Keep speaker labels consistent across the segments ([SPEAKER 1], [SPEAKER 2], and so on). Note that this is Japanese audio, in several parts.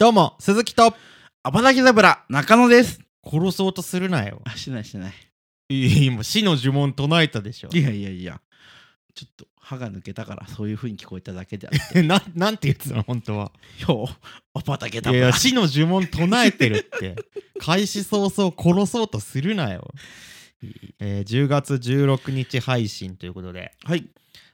[SPEAKER 1] どうも、鈴木と
[SPEAKER 2] アバダキザブラ中野です
[SPEAKER 1] 殺そうとするなよ。
[SPEAKER 2] あしてないしてない
[SPEAKER 1] 今、死の呪文唱えたでしょ。
[SPEAKER 2] いやいやいやちょっと歯が抜けたからそういう風に聞こえただけであって
[SPEAKER 1] えななんて言ってたの、本当は。
[SPEAKER 2] ようアバダキザ
[SPEAKER 1] いや
[SPEAKER 2] ブ
[SPEAKER 1] い
[SPEAKER 2] ラ
[SPEAKER 1] や、死の呪文唱えてるって。 開始早々殺そうとするなよ。えー10月16日配信ということで、
[SPEAKER 2] はい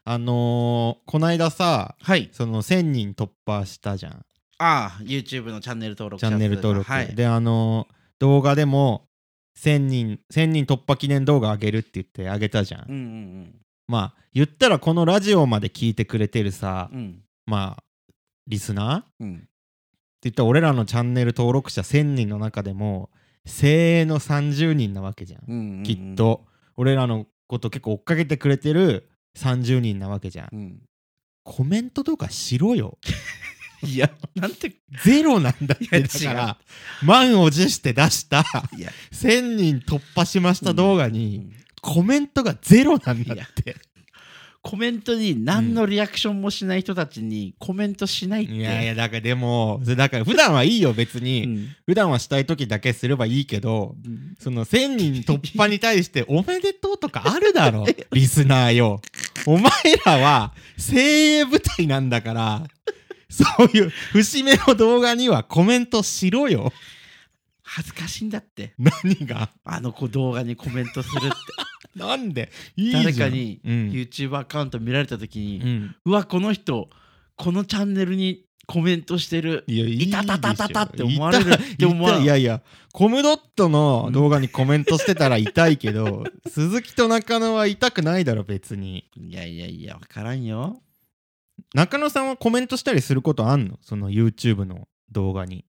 [SPEAKER 1] あのー、こないださ、
[SPEAKER 2] はい
[SPEAKER 1] その1000人突破したじゃん、
[SPEAKER 2] ああ YouTube のチャンネル登録
[SPEAKER 1] チ
[SPEAKER 2] 者数
[SPEAKER 1] ャンネル登録。
[SPEAKER 2] はい
[SPEAKER 1] で、あのー動画でも1000人、1000人突破記念動画あげるって言ってあげたじゃん
[SPEAKER 2] うんうん
[SPEAKER 1] まあ言ったらこのラジオまで聞いてくれてるさ、
[SPEAKER 2] うんうん
[SPEAKER 1] まあリスナーって
[SPEAKER 2] うん
[SPEAKER 1] 言ったら俺らのチャンネル登録者1,000人の中でも精鋭の30人なわけじゃん、
[SPEAKER 2] うんうんうん
[SPEAKER 1] きっと俺らのこと結構追っかけてくれてる30人なわけじゃん、
[SPEAKER 2] うん
[SPEAKER 1] コメントとかしろよ
[SPEAKER 2] いやなんて
[SPEAKER 1] ゼロなんだっ
[SPEAKER 2] いや
[SPEAKER 1] て
[SPEAKER 2] 違
[SPEAKER 1] だ
[SPEAKER 2] う
[SPEAKER 1] から満を持して出した
[SPEAKER 2] いや
[SPEAKER 1] 1,000人突破しました動画
[SPEAKER 2] う
[SPEAKER 1] に
[SPEAKER 2] ん
[SPEAKER 1] コメントがゼロなんだって
[SPEAKER 2] コメントに何のリアクションもしない人たちにコメントしないって
[SPEAKER 1] いやいやだからでもそれだから普段はいいよ別
[SPEAKER 2] う
[SPEAKER 1] に、
[SPEAKER 2] ん
[SPEAKER 1] 普段はしたい時だけすればいいけど
[SPEAKER 2] うん
[SPEAKER 1] その1,000人突破に対して「 おめでとう」とかあるだ ろリスナーよお前らは精鋭部隊なんだからそういう節目の動画にはコメントしろよ
[SPEAKER 2] 恥ずかしいんだって
[SPEAKER 1] 何が
[SPEAKER 2] あの子動画にコメントするって
[SPEAKER 1] なんでいいじゃん
[SPEAKER 2] 誰かに
[SPEAKER 1] うん
[SPEAKER 2] YouTube アカウント見られた時に、
[SPEAKER 1] う
[SPEAKER 2] うんわこの人このチャンネルにコメントしてる
[SPEAKER 1] いやいいでしょ
[SPEAKER 2] いたたたたたって思われるって思わない
[SPEAKER 1] たいやいやコムドットの動画にコメントしてたら痛いけど 鈴木と中野は痛くないだろ別に
[SPEAKER 2] いやいやいや分からんよ
[SPEAKER 1] 中野さんはコメントしたりすることあんのその YouTube の動画に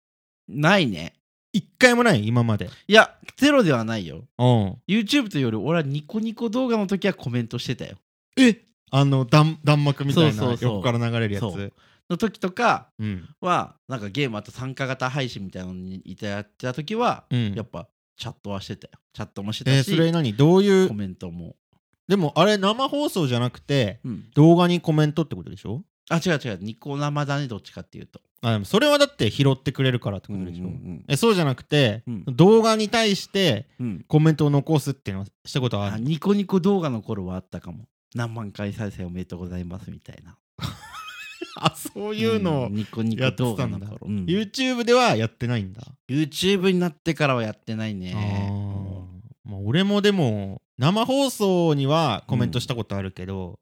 [SPEAKER 2] ないね
[SPEAKER 1] 一回もない今まで
[SPEAKER 2] いやゼロではないよ
[SPEAKER 1] うん
[SPEAKER 2] YouTube というより俺はニコニコ動画の時はコメントしてたよ
[SPEAKER 1] えあの弾弾幕みたいな
[SPEAKER 2] そうそうそう
[SPEAKER 1] 横から流れるやつ
[SPEAKER 2] そうの時とか
[SPEAKER 1] うん
[SPEAKER 2] はなんかゲームあと参加型配信みたいなのにいたやってた時は、
[SPEAKER 1] うん
[SPEAKER 2] やっぱチャットはしてたよチャットもして
[SPEAKER 1] えー
[SPEAKER 2] た
[SPEAKER 1] そ
[SPEAKER 2] し、
[SPEAKER 1] れ何どうい
[SPEAKER 2] コ
[SPEAKER 1] う
[SPEAKER 2] メントも、
[SPEAKER 1] でもあれ生放送じゃなくて
[SPEAKER 2] うん、
[SPEAKER 1] 動画にコメントってことでしょ
[SPEAKER 2] あ違う違うニコ生だねどっちかっていうと
[SPEAKER 1] あでもそれはだって拾ってくれるからってことでしょ、
[SPEAKER 2] うんうん
[SPEAKER 1] えそうじゃなくて、
[SPEAKER 2] うん
[SPEAKER 1] 動画に対して
[SPEAKER 2] うんうん
[SPEAKER 1] コメントを残すっていうのはしたことはあ
[SPEAKER 2] あ
[SPEAKER 1] る
[SPEAKER 2] ニコニコ動画の頃はあったかも何万回再生おめでとうございますみたいな
[SPEAKER 1] あそういうのを
[SPEAKER 2] んニコニ
[SPEAKER 1] や
[SPEAKER 2] コ
[SPEAKER 1] って
[SPEAKER 2] 動
[SPEAKER 1] た
[SPEAKER 2] 画
[SPEAKER 1] ん
[SPEAKER 2] の
[SPEAKER 1] だ、
[SPEAKER 2] 頃、うん
[SPEAKER 1] YouTube ではやってないんだ
[SPEAKER 2] YouTube になってからはやってないね
[SPEAKER 1] あーまあ、俺もでも生放送にはコメントしたことあるけど、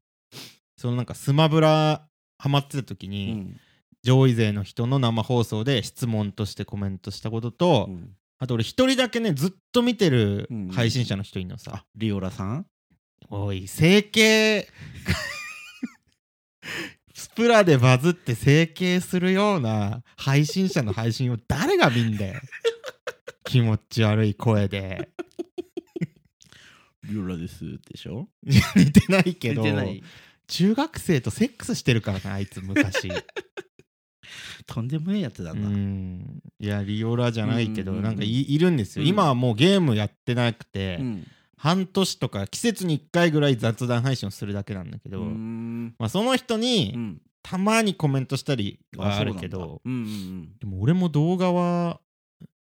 [SPEAKER 1] そのなんかスマブラハマってた時
[SPEAKER 2] う
[SPEAKER 1] に、
[SPEAKER 2] ん
[SPEAKER 1] 上位勢の人の生放送で質問としてコメントしたことと、
[SPEAKER 2] うん
[SPEAKER 1] あと俺一人だけねずっと見てる
[SPEAKER 2] うん
[SPEAKER 1] 配信者の人いるのさ、
[SPEAKER 2] リオラさん
[SPEAKER 1] おい整形スプラでバズって整形するような配信者の配信を誰が見ん だよ気持ち悪い声で。
[SPEAKER 2] リオラですでしょ
[SPEAKER 1] いや似てないけ
[SPEAKER 2] 出
[SPEAKER 1] ど
[SPEAKER 2] てない
[SPEAKER 1] 中学生とセックスしてるからなあいつ 昔
[SPEAKER 2] とんでもねえやつだ
[SPEAKER 1] う
[SPEAKER 2] な、
[SPEAKER 1] んいやリオラじゃないけど、
[SPEAKER 2] うんうんうん
[SPEAKER 1] なんかいいるんですよ、
[SPEAKER 2] うん
[SPEAKER 1] 今はもうゲームやってなくて、
[SPEAKER 2] うん
[SPEAKER 1] 半年とか季節に1回ぐらい雑談配信をするだけなんだけ
[SPEAKER 2] う
[SPEAKER 1] ど、
[SPEAKER 2] ん
[SPEAKER 1] まあ、その人
[SPEAKER 2] う
[SPEAKER 1] に
[SPEAKER 2] ん
[SPEAKER 1] たまにコメントしたりはあるけ
[SPEAKER 2] そうなんだ
[SPEAKER 1] ど、
[SPEAKER 2] うんうん
[SPEAKER 1] でも俺も動画は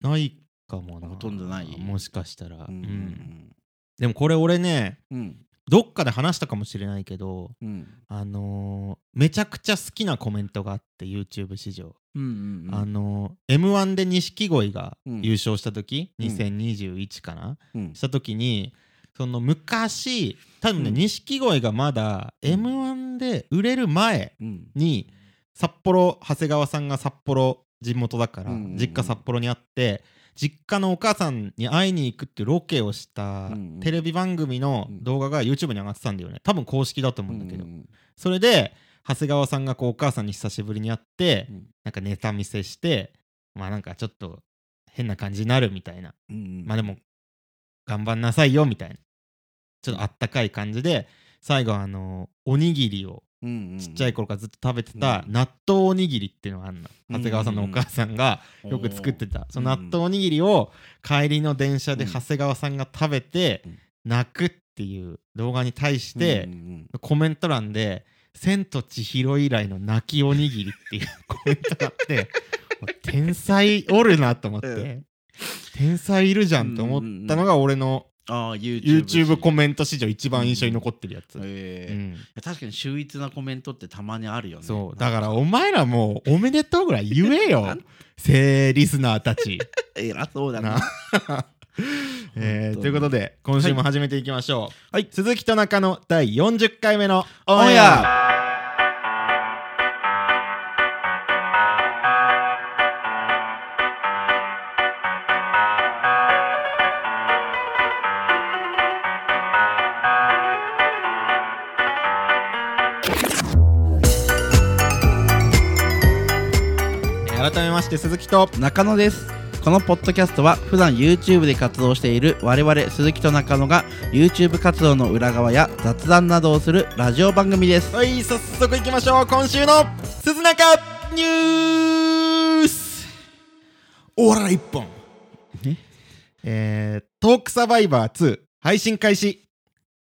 [SPEAKER 1] ないかもな
[SPEAKER 2] ほとんどない
[SPEAKER 1] もしかしたら、
[SPEAKER 2] うんう
[SPEAKER 1] うん
[SPEAKER 2] ん
[SPEAKER 1] でもこれ俺ね
[SPEAKER 2] うんうん
[SPEAKER 1] どっかで話したかもしれないけど
[SPEAKER 2] うん
[SPEAKER 1] あのーめちゃくちゃ好きなコメントがあって YouTube 史上、
[SPEAKER 2] うんうん
[SPEAKER 1] あのー m 1で錦鯉が
[SPEAKER 2] うん
[SPEAKER 1] 優勝した時、
[SPEAKER 2] うん
[SPEAKER 1] 2021かな
[SPEAKER 2] うん
[SPEAKER 1] した時にその昔多分ね
[SPEAKER 2] うん
[SPEAKER 1] 錦鯉、がまだ m 1で売れる前
[SPEAKER 2] うん
[SPEAKER 1] に札幌長谷川さんが札幌地元だから、
[SPEAKER 2] うんうんうん
[SPEAKER 1] 実家札幌にあって実家のお母さんに会いに行くっていうロケをした
[SPEAKER 2] うんうん
[SPEAKER 1] テレビ番組の
[SPEAKER 2] うん
[SPEAKER 1] 動画が YouTube に上がってたんだよね多分公式だと思うんだけど
[SPEAKER 2] う、ん
[SPEAKER 1] それで長谷川さんがこうお母さんに久しぶりに会って、
[SPEAKER 2] うん
[SPEAKER 1] なんかネタ見せしてまあなんかちょっと変な感じになるみたいな、
[SPEAKER 2] うん
[SPEAKER 1] まあでも頑張んなさいよみたいなちょっとあったかい感じで最後あのおにぎりを
[SPEAKER 2] うんうん
[SPEAKER 1] ちっちゃい頃からずっと食べてた
[SPEAKER 2] うん
[SPEAKER 1] 納豆おにぎりっていうのがあるの
[SPEAKER 2] ん
[SPEAKER 1] 長谷川さんのお母さんがよく作ってたその納豆おにぎりを帰りの電車で長谷川さんが食べて
[SPEAKER 2] うん
[SPEAKER 1] 泣くっていう動画に対し
[SPEAKER 2] で
[SPEAKER 1] てコメント 欄で「千と千尋以来の泣きおにぎり」っていうコメントがあって天才おるなと思って、
[SPEAKER 2] う
[SPEAKER 1] 天才いるじゃんって思ったのが俺の
[SPEAKER 2] ああ YouTube
[SPEAKER 1] YouTube コ
[SPEAKER 2] メン
[SPEAKER 1] メント史上一番印象に残ってるやつ、
[SPEAKER 2] え
[SPEAKER 1] う
[SPEAKER 2] えい
[SPEAKER 1] ん
[SPEAKER 2] や確かに秀逸なコメントってたまにあるよね
[SPEAKER 1] そうだからお前らもうおめでとうぐらい言えよ聖リスナーたち、
[SPEAKER 2] 偉そう だ
[SPEAKER 1] な
[SPEAKER 2] な
[SPEAKER 1] えー
[SPEAKER 2] 本当に
[SPEAKER 1] ということで今週も始めていきましょう、
[SPEAKER 2] はい
[SPEAKER 1] 鈴木と中野第40回目のオ
[SPEAKER 2] オ
[SPEAKER 1] ン
[SPEAKER 2] ン
[SPEAKER 1] エ
[SPEAKER 2] エ
[SPEAKER 1] ア
[SPEAKER 2] ア
[SPEAKER 1] 改めまして鈴木と
[SPEAKER 2] 中野ですこのポッドキャストは普段 YouTube で活動している我々鈴木と中野が YouTube 活動の裏側や雑談などをするラジオ番組です
[SPEAKER 1] はい早速いきましょう今週の鈴中ニュースお笑い一本
[SPEAKER 2] え
[SPEAKER 1] えー、トークサバイバー2配信開始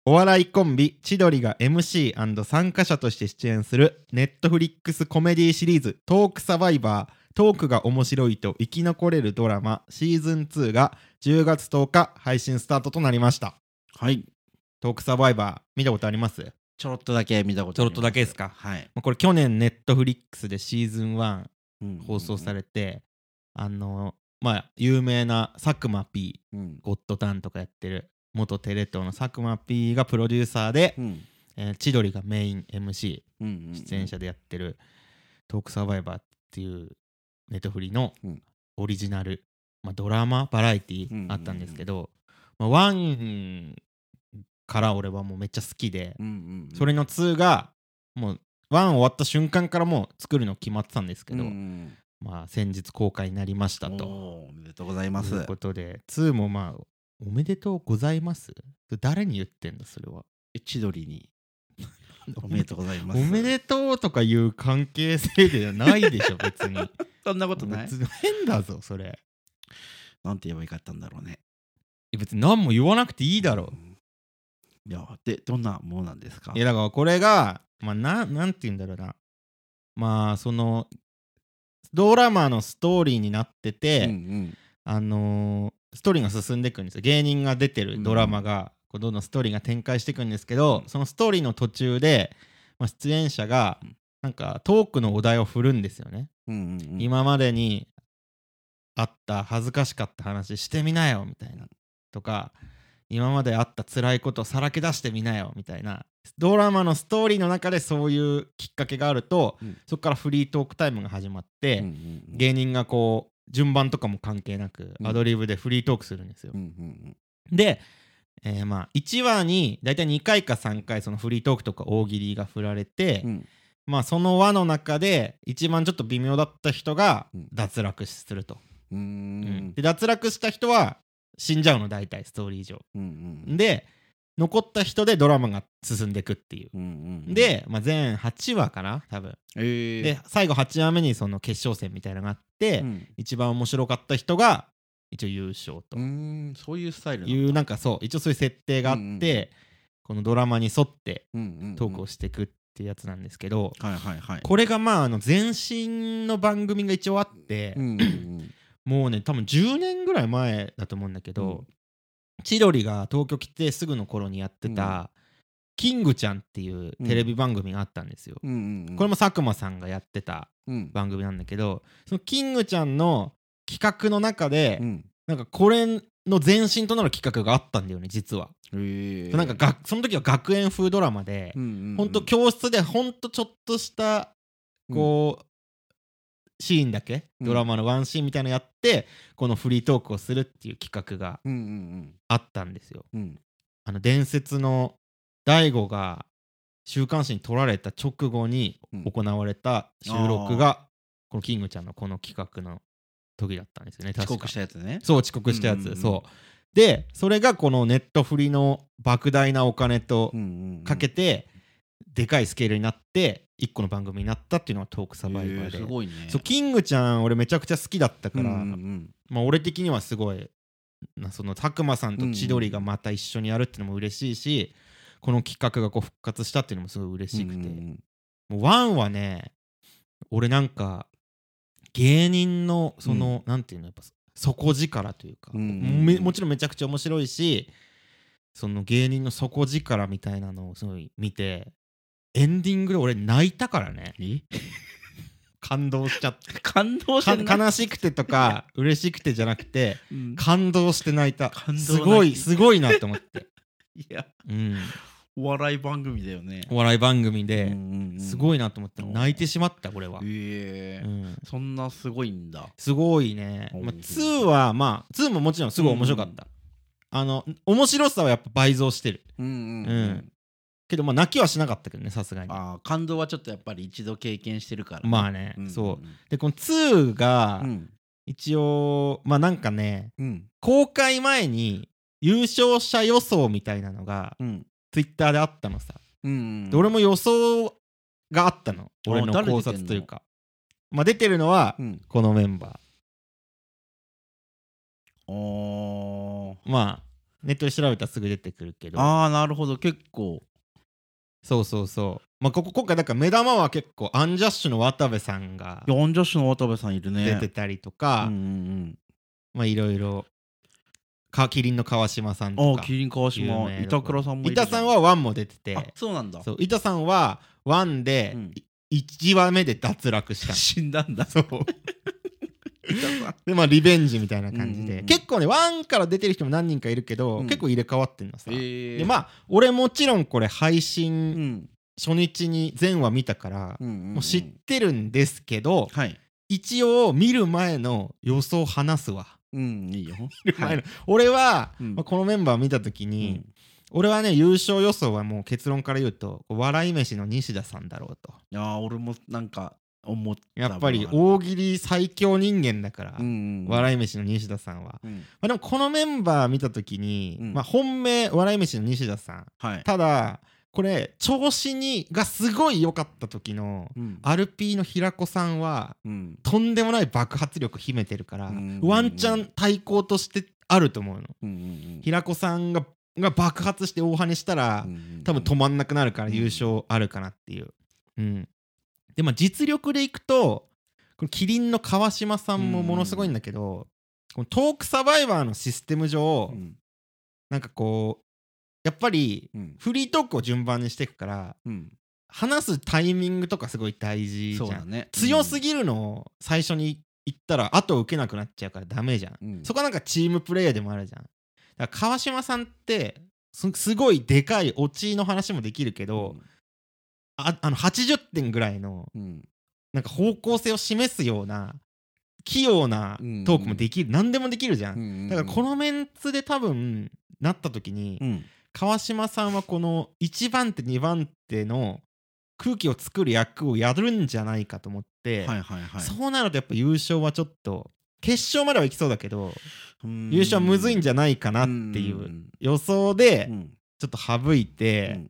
[SPEAKER 1] お笑いコンビ千鳥が MC& 参加者として出演するネットフリックスコメディシリーズ「トークサバイバー」トークが面白いと生き残れるドラマシーズン2が10月10日配信スタートとなりました
[SPEAKER 2] はい
[SPEAKER 1] トークサバイバー見たことあります
[SPEAKER 2] ちょろっとだけ見たことあり
[SPEAKER 1] ちょろっ
[SPEAKER 2] ます
[SPEAKER 1] とだけですか
[SPEAKER 2] はい、
[SPEAKER 1] まあこれ去年ネットフリックスでシーズン1放送さ
[SPEAKER 2] れ
[SPEAKER 1] れて、あのまあ有名な佐久間 P
[SPEAKER 2] うん
[SPEAKER 1] ゴッドタンとかやってる元テレ東の佐久間 P がプロデューサーで、
[SPEAKER 2] うん
[SPEAKER 1] えー千鳥がメイン MC
[SPEAKER 2] うんうん
[SPEAKER 1] 出演者でやってる「トークサバイバー」っていうネットフリの
[SPEAKER 2] うん
[SPEAKER 1] オリジナル、まあ、ドラマバラエティあったんですけど、まあ、1から俺はもうめっちゃ好きで、
[SPEAKER 2] うんうんうん
[SPEAKER 1] それの2がもう1終わった瞬間からもう作るの決まってたんですけど、
[SPEAKER 2] うんうん
[SPEAKER 1] まあ先日公開になりましたと。
[SPEAKER 2] おーおめでとうございま
[SPEAKER 1] とい
[SPEAKER 2] す
[SPEAKER 1] うことで2もまあおめでとうございます誰に言ってんだそれは
[SPEAKER 2] 千鳥におめでとうございます
[SPEAKER 1] おめでとうとかいう関係性ではないでしょ別に
[SPEAKER 2] そんな ことない
[SPEAKER 1] 別に変だぞそれ
[SPEAKER 2] なんて言えばよかったんだろうね
[SPEAKER 1] 別に何も言わなくていいだろ
[SPEAKER 2] んいやでどんなものなんですか
[SPEAKER 1] いやだからこれがまあななんて言うんだろうなまあそのドラマのストーリーになってて、
[SPEAKER 2] うん
[SPEAKER 1] あのーストーリーが進んでいくんですよ芸人が出てるドラマが、こうどんどんストーリーが展開していくんですけど、
[SPEAKER 2] うん
[SPEAKER 1] そのストーリーの途中で、まあ、出演者が
[SPEAKER 2] うん
[SPEAKER 1] なんかトークのお題を振るんですよね、
[SPEAKER 2] うんうんうんうん
[SPEAKER 1] 今までにあった恥ずかしかった話してみなよみたいなとか今まであった辛いことさらけ出してみなよみたいなドラマのストーリーの中でそういうきっかけがあると、
[SPEAKER 2] うん
[SPEAKER 1] そこからフリートークタイムが始まって、
[SPEAKER 2] うんうんうん
[SPEAKER 1] 芸人がこう順番とかも関係なく
[SPEAKER 2] うん
[SPEAKER 1] アドリブでフリートークするんですよ
[SPEAKER 2] う。んうん
[SPEAKER 1] で、えーまあ1話に大体2回か3回そのフリートークとか大喜利が振られて、
[SPEAKER 2] うんうん
[SPEAKER 1] まあその輪の中で一番ちょっと微妙だった人が
[SPEAKER 2] うん
[SPEAKER 1] 脱落すると。
[SPEAKER 2] うー
[SPEAKER 1] うん
[SPEAKER 2] ん
[SPEAKER 1] で脱落した人は死んじゃうの大体ストーリー上。
[SPEAKER 2] うんうん
[SPEAKER 1] で残った人でドラマが進んでいくっていう。
[SPEAKER 2] うんうん
[SPEAKER 1] で、まあ、全8話かな多分。
[SPEAKER 2] ええ
[SPEAKER 1] で最後8話目にその決勝戦みたいなのがあって。
[SPEAKER 2] うん
[SPEAKER 1] 一番面白かった人が一応優勝と
[SPEAKER 2] うーんそういうスタイル
[SPEAKER 1] いう
[SPEAKER 2] な
[SPEAKER 1] なんかそう一応そういう設定があって、
[SPEAKER 2] うんうん
[SPEAKER 1] このドラマに沿って
[SPEAKER 2] ト
[SPEAKER 1] トークをしていくってやつなんですけど、
[SPEAKER 2] はいはいはい
[SPEAKER 1] これがまああの前身の番組が一応あって、
[SPEAKER 2] うんうん
[SPEAKER 1] もうね多分10年ぐらい前だと思うんだけど、千鳥が東京来てすぐの頃にやってた「キングちゃん」っていうテレビ番組があったんですよ。
[SPEAKER 2] うんうんうん
[SPEAKER 1] これも佐久間さんがやってた
[SPEAKER 2] うん
[SPEAKER 1] 番組なんだけどそのキングちゃんの企画の中で、
[SPEAKER 2] うん
[SPEAKER 1] なんかこれの前身となる企画があったんだよね実は、
[SPEAKER 2] ええ
[SPEAKER 1] なんかがその時は学園風ドラマで、
[SPEAKER 2] うんうんうん
[SPEAKER 1] ほんと教室でほんとちょっとしたこう、シーンだけ
[SPEAKER 2] うん
[SPEAKER 1] ドラマのワンシーンみたいなのやって、このフリートークをするっていう企画が
[SPEAKER 2] うんうん
[SPEAKER 1] あったんですよ
[SPEAKER 2] うんうん
[SPEAKER 1] あの伝説の大悟が週刊誌に撮られた直後に
[SPEAKER 2] うん
[SPEAKER 1] 行われた収録が、このキングちゃんのこの企画の時だったんですよね確か
[SPEAKER 2] 遅刻したやつね
[SPEAKER 1] そう遅刻したやつ、
[SPEAKER 2] うんうんうん
[SPEAKER 1] そうでそれがこのネットフリの莫大なお金と
[SPEAKER 2] うんうん
[SPEAKER 1] かけて、でかいスケールになって一個の番組になったっていうのがトークサバイバ
[SPEAKER 2] え
[SPEAKER 1] ー
[SPEAKER 2] え
[SPEAKER 1] で、
[SPEAKER 2] すごいね
[SPEAKER 1] そうキングちゃん俺めちゃくちゃ好きだったから、
[SPEAKER 2] うんうん
[SPEAKER 1] まあ、俺的にはすごいなその佐久間さんと千鳥がまた一緒にやるっていうのも嬉しいし、この企画がこう復活したっていうのもすごい嬉しくて、
[SPEAKER 2] うんうんうん
[SPEAKER 1] もうワンはね俺なんか芸人のその、なんていうのやっぱ底力というか、
[SPEAKER 2] うん
[SPEAKER 1] めもちろんめちゃくちゃ面白いしその芸人の底力みたいなのをすごい見てエンディングで俺泣いたからね感動しちゃって
[SPEAKER 2] 感動して
[SPEAKER 1] か
[SPEAKER 2] な
[SPEAKER 1] 悲しくてと か嬉しくてじゃなくて
[SPEAKER 2] うん
[SPEAKER 1] 感動して泣いた
[SPEAKER 2] 感動泣き
[SPEAKER 1] すごいすごいなって思って、
[SPEAKER 2] いや
[SPEAKER 1] うん、
[SPEAKER 2] お笑い番組だよね
[SPEAKER 1] お笑い番組で、す
[SPEAKER 2] すい
[SPEAKER 1] ごいなと思って
[SPEAKER 2] うん
[SPEAKER 1] 泣いてしまった俺は、
[SPEAKER 2] ええ
[SPEAKER 1] うん
[SPEAKER 2] そんなすごいんだ
[SPEAKER 1] すごいね、
[SPEAKER 2] うん
[SPEAKER 1] まあ、2はまあ2ももちろんすごい面白かった、あの面白さはやっぱ倍増してる
[SPEAKER 2] うん
[SPEAKER 1] うんけどまあ泣きはしなかったけどねさすがに
[SPEAKER 2] ああ感動はちょっとやっぱり一度経験してるから
[SPEAKER 1] まあ
[SPEAKER 2] ね
[SPEAKER 1] ね、
[SPEAKER 2] ん
[SPEAKER 1] そうでこの2が
[SPEAKER 2] うん
[SPEAKER 1] 一応、まあなんかね
[SPEAKER 2] うん
[SPEAKER 1] 公開前に優勝者予想みたいなのが
[SPEAKER 2] うん
[SPEAKER 1] ツイッターであったのさ、
[SPEAKER 2] うん
[SPEAKER 1] で俺も予想があったの
[SPEAKER 2] あ
[SPEAKER 1] 俺の
[SPEAKER 2] 誰出てん
[SPEAKER 1] 考
[SPEAKER 2] の
[SPEAKER 1] 察というかまあ出てるのは
[SPEAKER 2] うん
[SPEAKER 1] このメンバー、
[SPEAKER 2] おー
[SPEAKER 1] まあネットで調べたらすぐ出てくるけど
[SPEAKER 2] ああなるほど結構
[SPEAKER 1] そうそうそうまあここ今回だから目玉は結構アンジャッシュの渡部さんが
[SPEAKER 2] 四女子の渡部さんいるね
[SPEAKER 1] 出てたりとか、
[SPEAKER 2] うんうん
[SPEAKER 1] まあいろいろかキリンの川島さん
[SPEAKER 2] うん
[SPEAKER 1] と
[SPEAKER 2] ああ
[SPEAKER 1] か
[SPEAKER 2] 麒麟川
[SPEAKER 1] 有
[SPEAKER 2] 島
[SPEAKER 1] 名だから
[SPEAKER 2] 板倉さんもいるじゃ
[SPEAKER 1] 板さんはワンも出てて
[SPEAKER 2] あそうなんだ
[SPEAKER 1] そう板さんはワンで
[SPEAKER 2] うん
[SPEAKER 1] 1話目で脱落 した
[SPEAKER 2] 死んだ んだ
[SPEAKER 1] そう
[SPEAKER 2] 板さん
[SPEAKER 1] でまあリベンジみたいな感じ
[SPEAKER 2] うんうん
[SPEAKER 1] で
[SPEAKER 2] うん
[SPEAKER 1] 結構ねワンから出てる人も何人かいるけど
[SPEAKER 2] うん
[SPEAKER 1] 結構入れ替わってんのさ
[SPEAKER 2] ええ
[SPEAKER 1] でまあ俺もちろんこれ配信
[SPEAKER 2] うん
[SPEAKER 1] 初日に全話見たから、
[SPEAKER 2] も
[SPEAKER 1] もう知ってるんですけど、
[SPEAKER 2] はい
[SPEAKER 1] 一応見る前の予想話すわ。
[SPEAKER 2] うんいいよ
[SPEAKER 1] 見る前
[SPEAKER 2] は
[SPEAKER 1] の
[SPEAKER 2] い
[SPEAKER 1] 俺は、
[SPEAKER 2] うん
[SPEAKER 1] まあこのメンバー見た時に、俺はね優勝予想はもう結論から言うと笑い飯の西田さんだろうと
[SPEAKER 2] いやー俺もなんか思った
[SPEAKER 1] やっぱり
[SPEAKER 2] わ
[SPEAKER 1] 大喜利最強人間だから、
[SPEAKER 2] うんうん
[SPEAKER 1] 笑い飯の西田さんは、
[SPEAKER 2] う
[SPEAKER 1] ま
[SPEAKER 2] ん
[SPEAKER 1] あ、でもこのメンバー見た時に、
[SPEAKER 2] うん
[SPEAKER 1] まあ、本命笑い飯の西田さん
[SPEAKER 2] はい
[SPEAKER 1] ただこれ調子にがすごい良かった時の
[SPEAKER 2] うん
[SPEAKER 1] アルピーの平子さんは
[SPEAKER 2] うん
[SPEAKER 1] とんでもない爆発力秘めてるから、
[SPEAKER 2] うんうんうん
[SPEAKER 1] ワンチャン対抗としてあると思うの
[SPEAKER 2] うんうん
[SPEAKER 1] 平子さんがが爆発して大跳ねしたら、
[SPEAKER 2] うん
[SPEAKER 1] 多分止まんなくなるから
[SPEAKER 2] うん
[SPEAKER 1] 優勝あるかなっていううんでまあ実力でいくとこのキリンの川島さんもものすごいんだけど、このトークサバイバーのシステム上、
[SPEAKER 2] うん
[SPEAKER 1] なんかこうやっぱり
[SPEAKER 2] うん
[SPEAKER 1] フリートークを順番にしていくから
[SPEAKER 2] うん
[SPEAKER 1] 話すタイミングとかすごい大事じ
[SPEAKER 2] そう
[SPEAKER 1] ゃん
[SPEAKER 2] だね
[SPEAKER 1] 強す
[SPEAKER 2] ぎ
[SPEAKER 1] ぎるのを最初に言ったら後を受けなくなっちゃうからダメじゃん、
[SPEAKER 2] うん
[SPEAKER 1] そこはなんかチームプレーでもあるじゃんだから川島さんってすすごいでかいオチの話もできるけど、ああの80点ぐらいの
[SPEAKER 2] うん
[SPEAKER 1] なんか方向性を示すような器用なトークもできる、何でもできるじゃん、
[SPEAKER 2] うん
[SPEAKER 1] だからこのメンツで多分なった時に、
[SPEAKER 2] うん
[SPEAKER 1] 川島さんはこの1番手2番手の空気を作る役をやるんじゃないかと思って、
[SPEAKER 2] はいはいはい
[SPEAKER 1] そうなるとやっぱ優勝はちょっと決勝まではいきそうだけど
[SPEAKER 2] うん
[SPEAKER 1] 優勝はむずいんじゃないかなってい
[SPEAKER 2] ん
[SPEAKER 1] うん予想で
[SPEAKER 2] うん
[SPEAKER 1] ちょっと省いうて
[SPEAKER 2] ん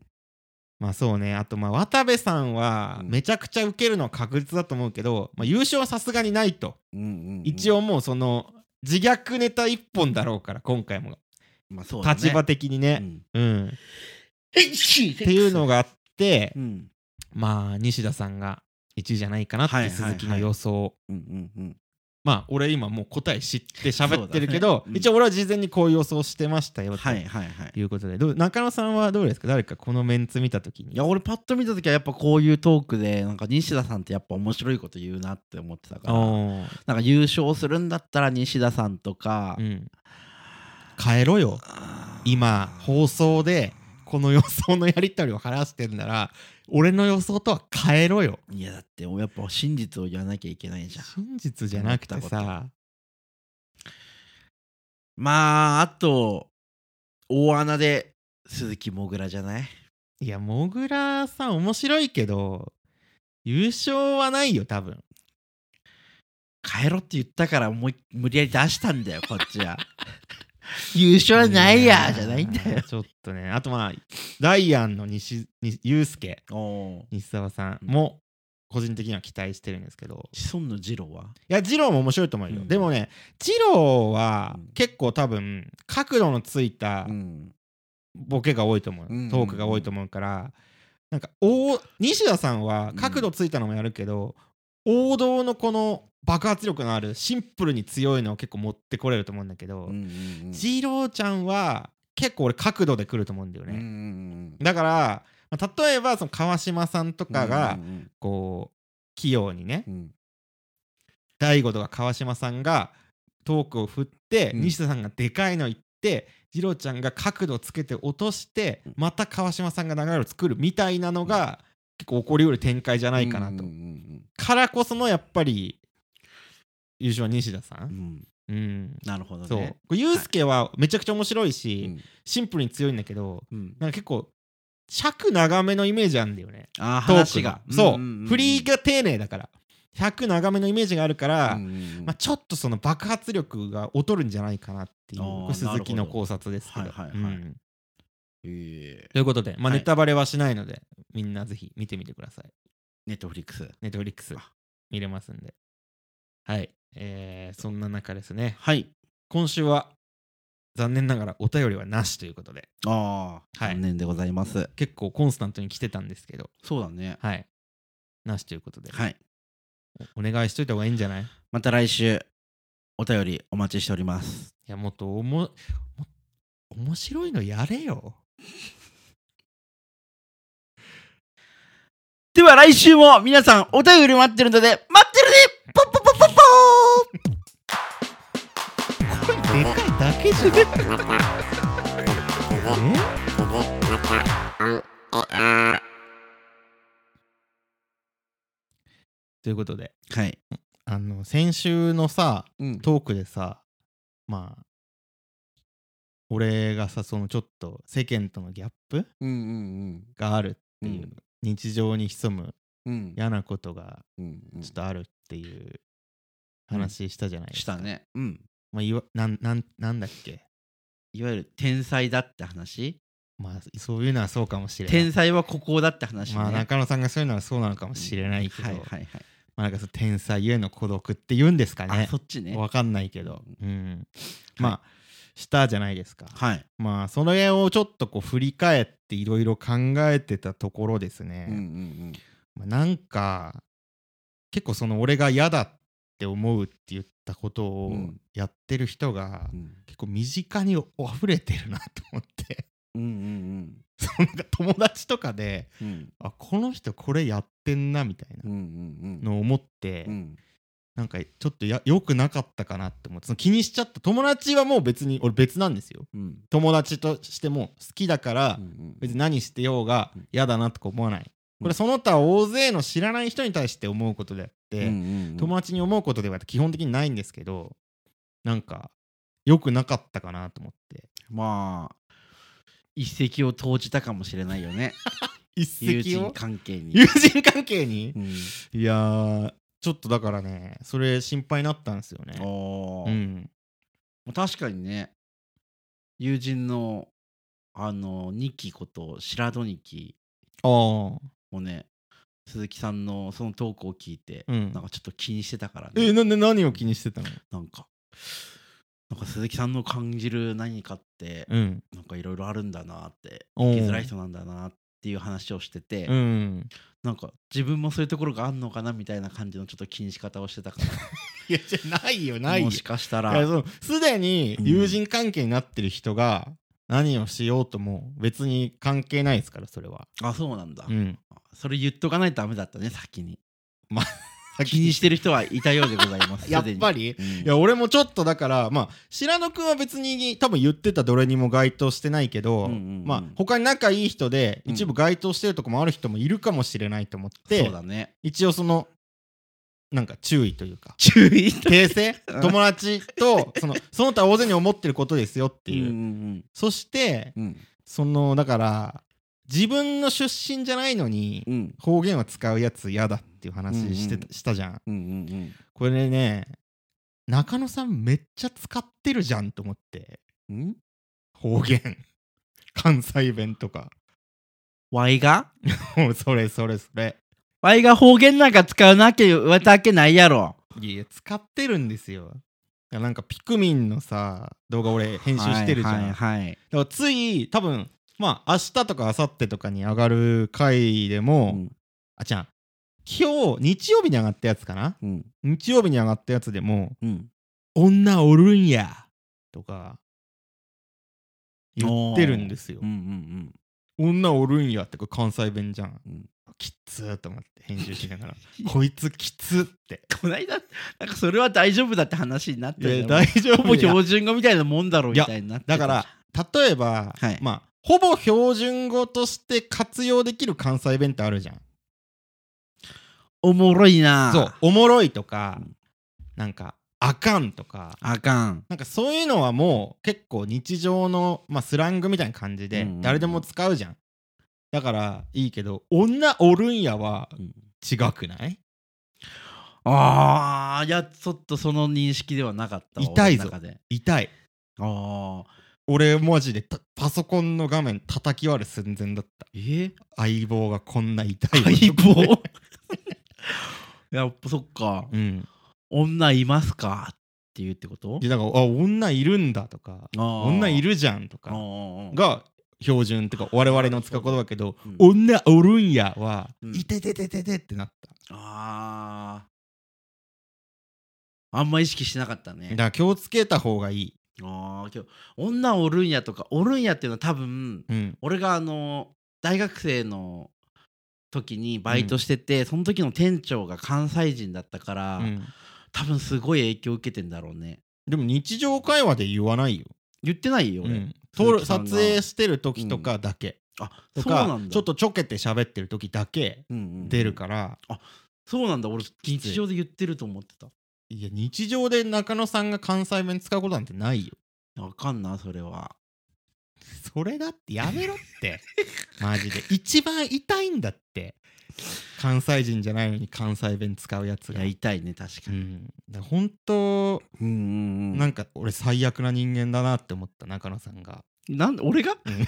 [SPEAKER 1] まあそうねあとまあ渡部さんは
[SPEAKER 2] うん
[SPEAKER 1] めちゃくちゃ受けるのは確実だと思うけどまあ優勝はさすがにないと
[SPEAKER 2] うんうん
[SPEAKER 1] 一応もうその自虐ネタ一本だろうから今回も
[SPEAKER 2] まあそうだね
[SPEAKER 1] 立場的に
[SPEAKER 2] う
[SPEAKER 1] ね
[SPEAKER 2] ん
[SPEAKER 1] うんっ
[SPEAKER 2] へっしって
[SPEAKER 1] いうのがあって
[SPEAKER 2] うん
[SPEAKER 1] まあ西田さんが1位じゃないかなっ
[SPEAKER 2] はいは
[SPEAKER 1] て
[SPEAKER 2] いはい
[SPEAKER 1] 鈴木の予想
[SPEAKER 2] うんうんうん
[SPEAKER 1] まあ俺今もう答え知って喋ってるけど、
[SPEAKER 2] そうだねうん
[SPEAKER 1] 一応俺は事前にこういう予想してましたよと
[SPEAKER 2] はいはいはい
[SPEAKER 1] いうことで、どう中野さんはどうですか誰かこのメンツ見た時に
[SPEAKER 2] いや俺パッと見た時はやっぱこういうトークでなんか西田さんってやっぱ面白いこと言うなって思ってたから
[SPEAKER 1] あ
[SPEAKER 2] なんか優勝するんだったら西田さんとか、
[SPEAKER 1] あうん帰ろよ
[SPEAKER 2] あー
[SPEAKER 1] 今放送でこの予想のやり取りを話してるなら俺の予想とは変えろよ
[SPEAKER 2] いやだってやっぱ真実を言わなきゃいけないじゃん
[SPEAKER 1] 真実じゃなくてさ
[SPEAKER 2] まああと大穴で鈴木もぐらじゃない
[SPEAKER 1] いやもぐらさん面白いけど優勝はないよ多分
[SPEAKER 2] 帰ろって言ったからもう一無理やり出したんだよこっちは 優勝はないやじゃないんだよ
[SPEAKER 1] やーちょっとねあとまあダイアンの西に祐介
[SPEAKER 2] おー
[SPEAKER 1] 西澤さん
[SPEAKER 2] うん
[SPEAKER 1] も個人的には期待してるんですけど
[SPEAKER 2] シソンの二郎はい
[SPEAKER 1] や二郎も面白いと思うよ、
[SPEAKER 2] うん
[SPEAKER 1] でもね二郎は
[SPEAKER 2] うん
[SPEAKER 1] 結構多分角度のついた
[SPEAKER 2] ん
[SPEAKER 1] ボケが多いと思う、
[SPEAKER 2] うん
[SPEAKER 1] トークが多いと思うからなんか大西田さんは角度ついたのもやるけど、王道のこの爆発力のあるシンプルに強いのを結構持ってこれると思うんだけど、ジーローちゃんは結構俺角度で来ると思うんだよね、だからまあ例えばその川島さんとかがこう器用にね大悟とか川島さんがトークを振って、
[SPEAKER 2] うん
[SPEAKER 1] 西田さんがでかいの言って次郎ちゃんが角度つけて落としてまた川島さんが流れを作るみたいなのが、結構起こりうる展開じゃないかなと、からこそのやっぱり優勝は西田さん、うん
[SPEAKER 2] なるほど
[SPEAKER 1] そう
[SPEAKER 2] ね。
[SPEAKER 1] これユうスケはめちゃくちゃ面白いし、
[SPEAKER 2] うん
[SPEAKER 1] シンプルに強いんだけど
[SPEAKER 2] うん
[SPEAKER 1] なんか結構尺長めのイメージあるんだよね
[SPEAKER 2] あー
[SPEAKER 1] トーク
[SPEAKER 2] 話
[SPEAKER 1] が
[SPEAKER 2] が。
[SPEAKER 1] そう,、
[SPEAKER 2] んんん
[SPEAKER 1] 振りが丁寧だから100長めのイメージがあるから、
[SPEAKER 2] うんうんうん
[SPEAKER 1] まあ、ちょっとその爆発力が劣るんじゃないかなっていう
[SPEAKER 2] あー
[SPEAKER 1] これ鈴木の考察ですけど。
[SPEAKER 2] なるほどはいはいはい
[SPEAKER 1] うん
[SPEAKER 2] え
[SPEAKER 1] ということで、まあ、
[SPEAKER 2] はい
[SPEAKER 1] ネタバレはしないので、みんなぜひ見てみてください。
[SPEAKER 2] ネットフリックス。
[SPEAKER 1] ネットフリックス
[SPEAKER 2] あ
[SPEAKER 1] 見れますんで。はい、えーそんな中ですね、
[SPEAKER 2] はい。
[SPEAKER 1] 今週は残念ながらお便りはなしということで、
[SPEAKER 2] ああ、
[SPEAKER 1] はい
[SPEAKER 2] 残念でございます。
[SPEAKER 1] 結構コンスタントに来てたんですけど、
[SPEAKER 2] そうだね。
[SPEAKER 1] はい、なしということで、
[SPEAKER 2] はい。
[SPEAKER 1] お願いしといた方がいいんじゃないい
[SPEAKER 2] また来週、お便りお待ちしております。
[SPEAKER 1] や、もっとおもも面白いのやれよ。
[SPEAKER 2] では来週も皆さんお便り待ってるので、待ってるねポッポポッポッポー
[SPEAKER 1] 声でかいだけじゃねえということで
[SPEAKER 2] はい。
[SPEAKER 1] あの先週のさ
[SPEAKER 2] うん
[SPEAKER 1] トークでさまあ俺がさそのちょっと世間とのギャップ
[SPEAKER 2] うんうん
[SPEAKER 1] があるっていう、
[SPEAKER 2] うん
[SPEAKER 1] 日常に潜む
[SPEAKER 2] うん。
[SPEAKER 1] 嫌なことが
[SPEAKER 2] うんうん
[SPEAKER 1] ちょっとあるっていう話したじゃないです
[SPEAKER 2] し
[SPEAKER 1] か、
[SPEAKER 2] たね。うん。
[SPEAKER 1] まあ、いわなんなんなんだっけ
[SPEAKER 2] いわゆる天才だって話
[SPEAKER 1] まあそういうのはそうかもしれない
[SPEAKER 2] 天才はここだって話ね。
[SPEAKER 1] まあ中野さんがそういうのはそうなのかもしれないけど、
[SPEAKER 2] はいはいはい。
[SPEAKER 1] まあなんかその天才ゆえの孤独って言うんですか
[SPEAKER 2] あ、
[SPEAKER 1] ね
[SPEAKER 2] そっちね。
[SPEAKER 1] わかんないけど、うん、まあしたじゃないですか、
[SPEAKER 2] はい。
[SPEAKER 1] まあその辺をちょっとこう振り返っていろいろ考えてたところですね、
[SPEAKER 2] ん
[SPEAKER 1] まあなんか結構その俺が嫌だって思うって言ったことを
[SPEAKER 2] うん
[SPEAKER 1] やってる人が
[SPEAKER 2] うん
[SPEAKER 1] 結構身近に溢れてるなと思って
[SPEAKER 2] うんうん
[SPEAKER 1] なんか友達とかで
[SPEAKER 2] うんうん
[SPEAKER 1] あこの人これやってんなみたいな
[SPEAKER 2] うんうん
[SPEAKER 1] のを思って、
[SPEAKER 2] うん
[SPEAKER 1] なんかちょっとや良くなかったかなって思ってその気にしちゃった友達はもう別に俺別なんですよ
[SPEAKER 2] うん
[SPEAKER 1] 友達としても好きだから
[SPEAKER 2] うん
[SPEAKER 1] 別に何してようが
[SPEAKER 2] うん
[SPEAKER 1] 嫌だなとか思わないこれその他大勢の知らない人に対して思うことであって友達に思うことでは基本的にないんですけどなんか良くなかったかなと思って
[SPEAKER 2] まあ一石を投じたかもしれないよね
[SPEAKER 1] 一
[SPEAKER 2] 友
[SPEAKER 1] 石
[SPEAKER 2] 人
[SPEAKER 1] を
[SPEAKER 2] 関係に
[SPEAKER 1] 友人関係に
[SPEAKER 2] うん
[SPEAKER 1] いやーちょっとだからねそれ心配になったんですよね
[SPEAKER 2] お
[SPEAKER 1] う
[SPEAKER 2] ー
[SPEAKER 1] ん
[SPEAKER 2] まあ確かにね友人のあのニキこと白戸ニキ
[SPEAKER 1] ああ
[SPEAKER 2] もね鈴木さんのそのトークを聞いて、
[SPEAKER 1] うん
[SPEAKER 2] なんかちょっと気にしてたから
[SPEAKER 1] え
[SPEAKER 2] ね
[SPEAKER 1] なんで何を気にしてたの
[SPEAKER 2] なんかなんか鈴木さんの感じる何かって、
[SPEAKER 1] うん
[SPEAKER 2] なんかいろいろあるんだなって
[SPEAKER 1] お
[SPEAKER 2] 生
[SPEAKER 1] ー
[SPEAKER 2] きづらい人なんだなっていう話をしてて、
[SPEAKER 1] うん
[SPEAKER 2] なんか自分もそういうところがあんのかなみたいな感じのちょっと気にし方をしてたか
[SPEAKER 1] いやじゃないよ
[SPEAKER 2] ら
[SPEAKER 1] ないよ
[SPEAKER 2] もしかした
[SPEAKER 1] いや
[SPEAKER 2] ら
[SPEAKER 1] そうすでに
[SPEAKER 2] うん
[SPEAKER 1] 友人関係になってる人が何をしようとも別に関係ないですからそれは、
[SPEAKER 2] あそうなんだ、
[SPEAKER 1] うん、
[SPEAKER 2] それ言っとかないとダメだったね先に 気
[SPEAKER 1] 先
[SPEAKER 2] にしてる人はいたようでござい ます
[SPEAKER 1] やっぱり
[SPEAKER 2] り、うん
[SPEAKER 1] いや俺もちょっとだからまあ白野くんは別に多分言ってたどれにも該当してないけど、
[SPEAKER 2] うんうんうん
[SPEAKER 1] まあ他に仲いい人で
[SPEAKER 2] うん
[SPEAKER 1] 一部該当してるとこもある人もいるかもしれないと思って、
[SPEAKER 2] そうだね
[SPEAKER 1] 一応そのなんか注意というか
[SPEAKER 2] 注意っ
[SPEAKER 1] 訂 正
[SPEAKER 2] うん
[SPEAKER 1] 友達とそのその他大勢に思ってることですよっていう、
[SPEAKER 2] うん
[SPEAKER 1] そして
[SPEAKER 2] うんうん
[SPEAKER 1] そのだから自分の出身じゃないのに
[SPEAKER 2] うん
[SPEAKER 1] 方言は使うやつ嫌だっていう話してた,、
[SPEAKER 2] うんう
[SPEAKER 1] したじゃん
[SPEAKER 2] うんうんうん
[SPEAKER 1] これね中野さんめっちゃ使ってるじゃんと思って
[SPEAKER 2] うん
[SPEAKER 1] 方言関西弁とか
[SPEAKER 2] わいが
[SPEAKER 1] もうそれそれそれ
[SPEAKER 2] わいが方言なんか使うなけわたけないやろ
[SPEAKER 1] いやいや使ってるんですよいやなんかピクミンのさ動画俺編集してるじゃん、
[SPEAKER 2] はいはいはい
[SPEAKER 1] だからつい多分まあ明日とか明後日とかに上がる回でも、
[SPEAKER 2] うん
[SPEAKER 1] あちゃん今日日曜日に上がったやつかな
[SPEAKER 2] うん。
[SPEAKER 1] 日曜日に上がったやつでも
[SPEAKER 2] うん。
[SPEAKER 1] 「女おるんや」とか言ってるんですよ
[SPEAKER 2] うんうんう
[SPEAKER 1] 「
[SPEAKER 2] ん。
[SPEAKER 1] 女おるんや」ってこれ関西弁じゃん、
[SPEAKER 2] うん
[SPEAKER 1] きっつーと思って編集しなが ら「こいつきつ」って
[SPEAKER 2] こないだ、なんかそれは大丈夫だって話になっ
[SPEAKER 1] い
[SPEAKER 2] て
[SPEAKER 1] や大丈夫
[SPEAKER 2] もう
[SPEAKER 1] よ
[SPEAKER 2] 標準語みたいなもんだろうみたいになってた
[SPEAKER 1] だから例えば、
[SPEAKER 2] はい
[SPEAKER 1] まあほぼ標準語として活用できる関西弁ってあるじゃん
[SPEAKER 2] おもろいな
[SPEAKER 1] そうおもろいとか、
[SPEAKER 2] うん
[SPEAKER 1] なんかあかんとか
[SPEAKER 2] あかん
[SPEAKER 1] なんかそういうのはもう結構日常の、まあ、スラングみたいな感じ
[SPEAKER 2] う
[SPEAKER 1] で
[SPEAKER 2] んうんうん
[SPEAKER 1] 誰でも使うじゃんだからいいけど女おるんやは
[SPEAKER 2] うん
[SPEAKER 1] 違くない
[SPEAKER 2] ああいやちょっとその認識ではなかったわ
[SPEAKER 1] 痛いぞ
[SPEAKER 2] 俺の中で
[SPEAKER 1] 痛い
[SPEAKER 2] ああ
[SPEAKER 1] 俺マジでたパソコンの画面叩き割る寸前だった
[SPEAKER 2] え
[SPEAKER 1] 相棒がこんな痛い
[SPEAKER 2] 解
[SPEAKER 1] 男 で
[SPEAKER 2] 剖やっぱそっか
[SPEAKER 1] うん
[SPEAKER 2] 女いますかっていうってこと
[SPEAKER 1] でだからあ女いるんだとか女
[SPEAKER 2] 女
[SPEAKER 1] いるじゃんとか
[SPEAKER 2] が
[SPEAKER 1] が標準ってか我々の使う言葉だけど
[SPEAKER 2] うん
[SPEAKER 1] 女おるんやは
[SPEAKER 2] うん
[SPEAKER 1] いてててててってなった
[SPEAKER 2] あーあんま意識しなかったね
[SPEAKER 1] だから気をつけた方がいい
[SPEAKER 2] ああ今日女おるんやとかおるんやっていうのは多分
[SPEAKER 1] うん
[SPEAKER 2] 俺があの大学生の時にバイトしてて、その時の店長が関西人だったから、
[SPEAKER 1] うん
[SPEAKER 2] 多分すごい影響受けてんだろうね
[SPEAKER 1] でも日常会話で言わないよ。
[SPEAKER 2] 言ってないよ俺、
[SPEAKER 1] うん
[SPEAKER 2] 鈴
[SPEAKER 1] 撮
[SPEAKER 2] 木
[SPEAKER 1] る
[SPEAKER 2] さ
[SPEAKER 1] 撮
[SPEAKER 2] んが
[SPEAKER 1] 影してる時とかだけ、
[SPEAKER 2] あ
[SPEAKER 1] と
[SPEAKER 2] そうな
[SPEAKER 1] か
[SPEAKER 2] んだ
[SPEAKER 1] ちょっ、とちょけて喋ってる時だけ
[SPEAKER 2] うんうんうん
[SPEAKER 1] 出るから、
[SPEAKER 2] そうなんだ俺日常で言ってると思ってた
[SPEAKER 1] いや日常で中野さんが関西弁使うことなんてないよ。
[SPEAKER 2] わかんなそれは
[SPEAKER 1] それだってやめろ って。マジで。一番痛いんだって。関西人じゃないのに関西弁使うやつ
[SPEAKER 2] い
[SPEAKER 1] が
[SPEAKER 2] や。痛いね確
[SPEAKER 1] う
[SPEAKER 2] かに、
[SPEAKER 1] ん、だから本当、
[SPEAKER 2] うんうんうん
[SPEAKER 1] なんか俺最悪な人間だなって思った中野さんが、
[SPEAKER 2] なん俺が、
[SPEAKER 1] うん
[SPEAKER 2] い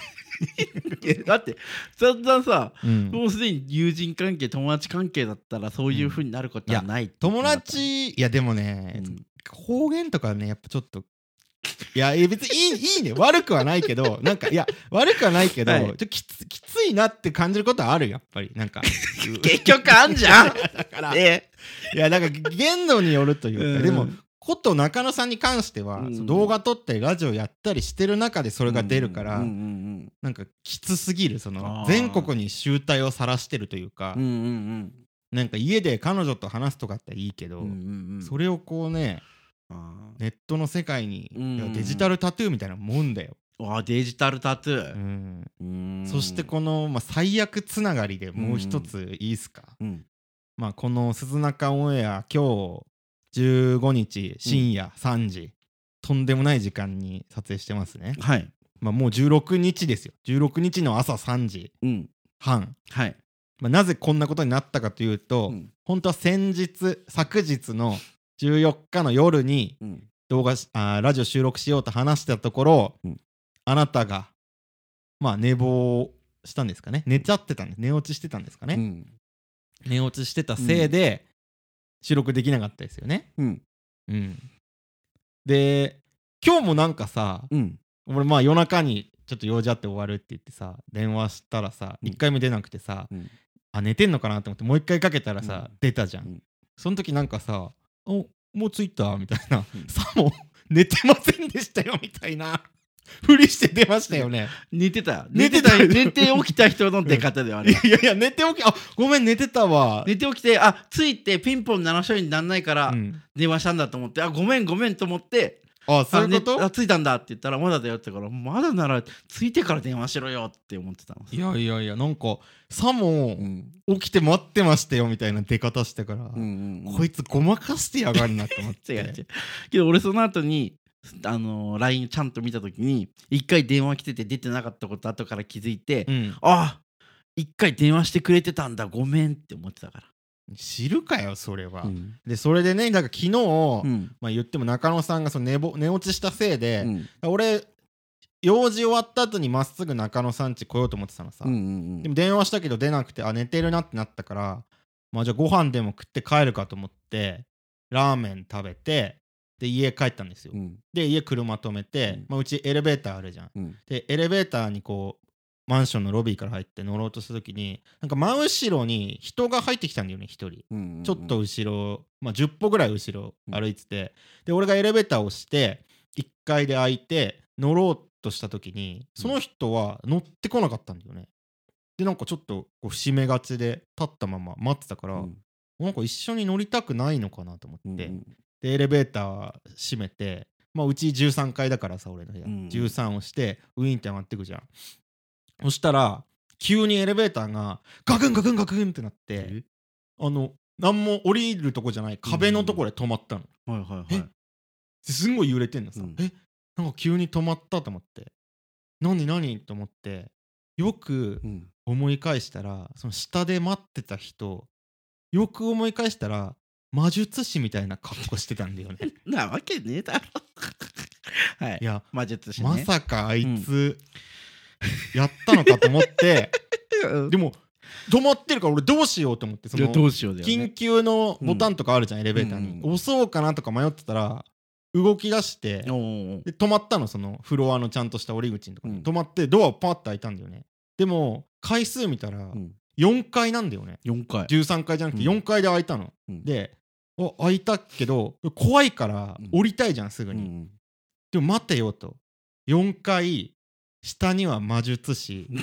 [SPEAKER 2] や だってだんだんさ
[SPEAKER 1] うん
[SPEAKER 2] もうすでに友人関係友達関係だったらそういう風になることはないって
[SPEAKER 1] 友達いやでもね、
[SPEAKER 2] うん
[SPEAKER 1] 方言とかねやっぱちょっと いやいや別にいいいいね 悪くはないけどなんかいや悪くはないけど、
[SPEAKER 2] はい
[SPEAKER 1] ちょっときつきついなって感じることはあるやっぱりなん か
[SPEAKER 2] 結局あんじ ゃん
[SPEAKER 1] だからい
[SPEAKER 2] え
[SPEAKER 1] やなんか限度によるというか、
[SPEAKER 2] うん
[SPEAKER 1] でもこと中野さんに関しては、
[SPEAKER 2] うん
[SPEAKER 1] その動画撮ってラジオやったりしてる中でそれが出るから、
[SPEAKER 2] うんうん
[SPEAKER 1] なんかきつすぎるその
[SPEAKER 2] あー
[SPEAKER 1] 全国に集大を晒してるというか、
[SPEAKER 2] うんうんうん
[SPEAKER 1] なんか家で彼女と話すとかっていいけど、
[SPEAKER 2] うんうんうん
[SPEAKER 1] それをこうね
[SPEAKER 2] あ
[SPEAKER 1] ネットの世界に、
[SPEAKER 2] うん
[SPEAKER 1] いやデジタルタトゥーみたいなもんだよ、
[SPEAKER 2] ーわあデジタルタトゥーうーん
[SPEAKER 1] そしてこの、まあ、最悪つながりでもう一ついいっすか、
[SPEAKER 2] うん
[SPEAKER 1] まあ、この「鈴中オンエア」今日15日深夜3時、とんでもない時間に撮影してますね、
[SPEAKER 2] はい
[SPEAKER 1] まあ、もう16日ですよ16日の朝3時
[SPEAKER 2] うん
[SPEAKER 1] 半、
[SPEAKER 2] はい
[SPEAKER 1] まあ、なぜこんなことになったかというと、
[SPEAKER 2] うん
[SPEAKER 1] 本当は先日昨日の14日の夜に
[SPEAKER 2] うん
[SPEAKER 1] 動画しあーラジオ収録しようと話したところ、
[SPEAKER 2] うん
[SPEAKER 1] あなたがまあ寝坊したんですかね寝ちゃってたんです寝落ちしてたんですか
[SPEAKER 2] う
[SPEAKER 1] ね、
[SPEAKER 2] ん
[SPEAKER 1] 寝落ちしてたせいで、収録できなかったですよね、
[SPEAKER 2] うん
[SPEAKER 1] うん、で今日もなんかさ、
[SPEAKER 2] うん
[SPEAKER 1] 俺まあ夜中にちょっと用事あって終わるって言ってさ電話したらさ
[SPEAKER 2] うん
[SPEAKER 1] 1回目出なくてさ、
[SPEAKER 2] うん
[SPEAKER 1] あ寝てんのかなと思ってもう1回かけたらさ、
[SPEAKER 2] うん
[SPEAKER 1] 出たじゃん、
[SPEAKER 2] うん
[SPEAKER 1] その時なんかさ「おもう着いた」みたいな「
[SPEAKER 2] うん
[SPEAKER 1] さも寝てませんでしたよ」みたいなふりして出ましたよね
[SPEAKER 2] 寝てた
[SPEAKER 1] 寝
[SPEAKER 2] 寝
[SPEAKER 1] て
[SPEAKER 2] て
[SPEAKER 1] た
[SPEAKER 2] た寝て起きた人の出方ではある
[SPEAKER 1] いやいや寝ておきあごめん寝てたわ、
[SPEAKER 2] 寝て起きてあついてピンポン鳴らしたようになんないから
[SPEAKER 1] うん
[SPEAKER 2] 電話したんだと思ってあごめんごめんと思って
[SPEAKER 1] あそういうこ
[SPEAKER 2] あねあ
[SPEAKER 1] と
[SPEAKER 2] 着いたんだって言ったらまだだよって言ったからまだなら着いてから電話しろよって思ってたの
[SPEAKER 1] いやいやいやなんかさも
[SPEAKER 2] ん
[SPEAKER 1] 起きて待ってましたよみたいな出方してから、
[SPEAKER 2] ん
[SPEAKER 1] こいつごまかしてやがるなって思って
[SPEAKER 2] 違う違うけど俺その後にあのー LINE ちゃんと見た時に一回電話来てて出てなかったこと後から気づいて、
[SPEAKER 1] うん
[SPEAKER 2] あ一回電話してくれてたんだごめんって思ってたか
[SPEAKER 1] 知るかよそれは、
[SPEAKER 2] らうん
[SPEAKER 1] でそれでねだから昨日、
[SPEAKER 2] うん
[SPEAKER 1] まあ言っても中野さんがその寝ぼ寝落ちしたせいで
[SPEAKER 2] う、ん
[SPEAKER 1] 俺用事終わった後にまっすぐ中野さん家来ようと思ってたのさ、
[SPEAKER 2] うん
[SPEAKER 1] でも電話したけど出なくてあ寝てるなってなったからまあじゃあご飯でも食って帰るかと思ってラーメン食べてで家帰ったんですよ、
[SPEAKER 2] うん
[SPEAKER 1] で家車止めて、
[SPEAKER 2] うん
[SPEAKER 1] まあ、うちエレベーターあるじゃん
[SPEAKER 2] うん
[SPEAKER 1] でエレベーターにこうマンションのロビーから入って乗ろうとした時になんか真後ろに人が入ってきたんだよね一人
[SPEAKER 2] うん
[SPEAKER 1] ちょっと後ろ、まあ、10歩ぐらい後ろ歩いてて、で俺がエレベーターを押して1階で開いて乗ろうとした時にその人は乗ってこなかったんだよね。でなんかちょっとこう伏し目がちで立ったまま待ってたから、
[SPEAKER 2] うん
[SPEAKER 1] なんか一緒に乗りたくないのかなと思
[SPEAKER 2] うん
[SPEAKER 1] って、でエレベーター閉めて、まあ、うち13階だからさ俺の部屋、
[SPEAKER 2] うん
[SPEAKER 1] 13押してウィーンって上がってくじゃんそしたら急にエレベーターがガクンガクンガクンってなって
[SPEAKER 2] え
[SPEAKER 1] あの何も降りるとこじゃない壁のところで止まったの、
[SPEAKER 2] はいはいはい
[SPEAKER 1] ですんごい揺れてんのさ、
[SPEAKER 2] うん
[SPEAKER 1] えなんか急に止まったと思って何何と思ってよく
[SPEAKER 2] うん
[SPEAKER 1] 思い返したらその下で待ってた人よく思い返したら魔術師みたいな格好してたんだよ ね
[SPEAKER 2] なわけねえだろ はい
[SPEAKER 1] いや
[SPEAKER 2] 魔術師ね
[SPEAKER 1] まさかあいつ、やったのかと思って
[SPEAKER 2] うん
[SPEAKER 1] でも止まってるから俺どうしようと思ってそ
[SPEAKER 2] いやど
[SPEAKER 1] の
[SPEAKER 2] うしようだよ
[SPEAKER 1] 緊
[SPEAKER 2] ね
[SPEAKER 1] 急のボタンとかあるじゃん、エレベーター
[SPEAKER 2] うん
[SPEAKER 1] に、
[SPEAKER 2] うん
[SPEAKER 1] 押そうかなとか迷ってたら動き出して
[SPEAKER 2] おー
[SPEAKER 1] で止まったのそのフロアのちゃんとした降り口のとこに、
[SPEAKER 2] うん
[SPEAKER 1] 止まってドアをパッて開いたんだよねでも回数見たら
[SPEAKER 2] うん
[SPEAKER 1] 4階なんだよね、
[SPEAKER 2] 4回
[SPEAKER 1] 13階じゃなくて
[SPEAKER 2] うん
[SPEAKER 1] 4階で開いたの、
[SPEAKER 2] うん
[SPEAKER 1] であ開いたけど怖いから
[SPEAKER 2] うん
[SPEAKER 1] 降りたいじゃんすぐ
[SPEAKER 2] う
[SPEAKER 1] に、
[SPEAKER 2] ん
[SPEAKER 1] でも待てよと4階下には魔術 師
[SPEAKER 2] うん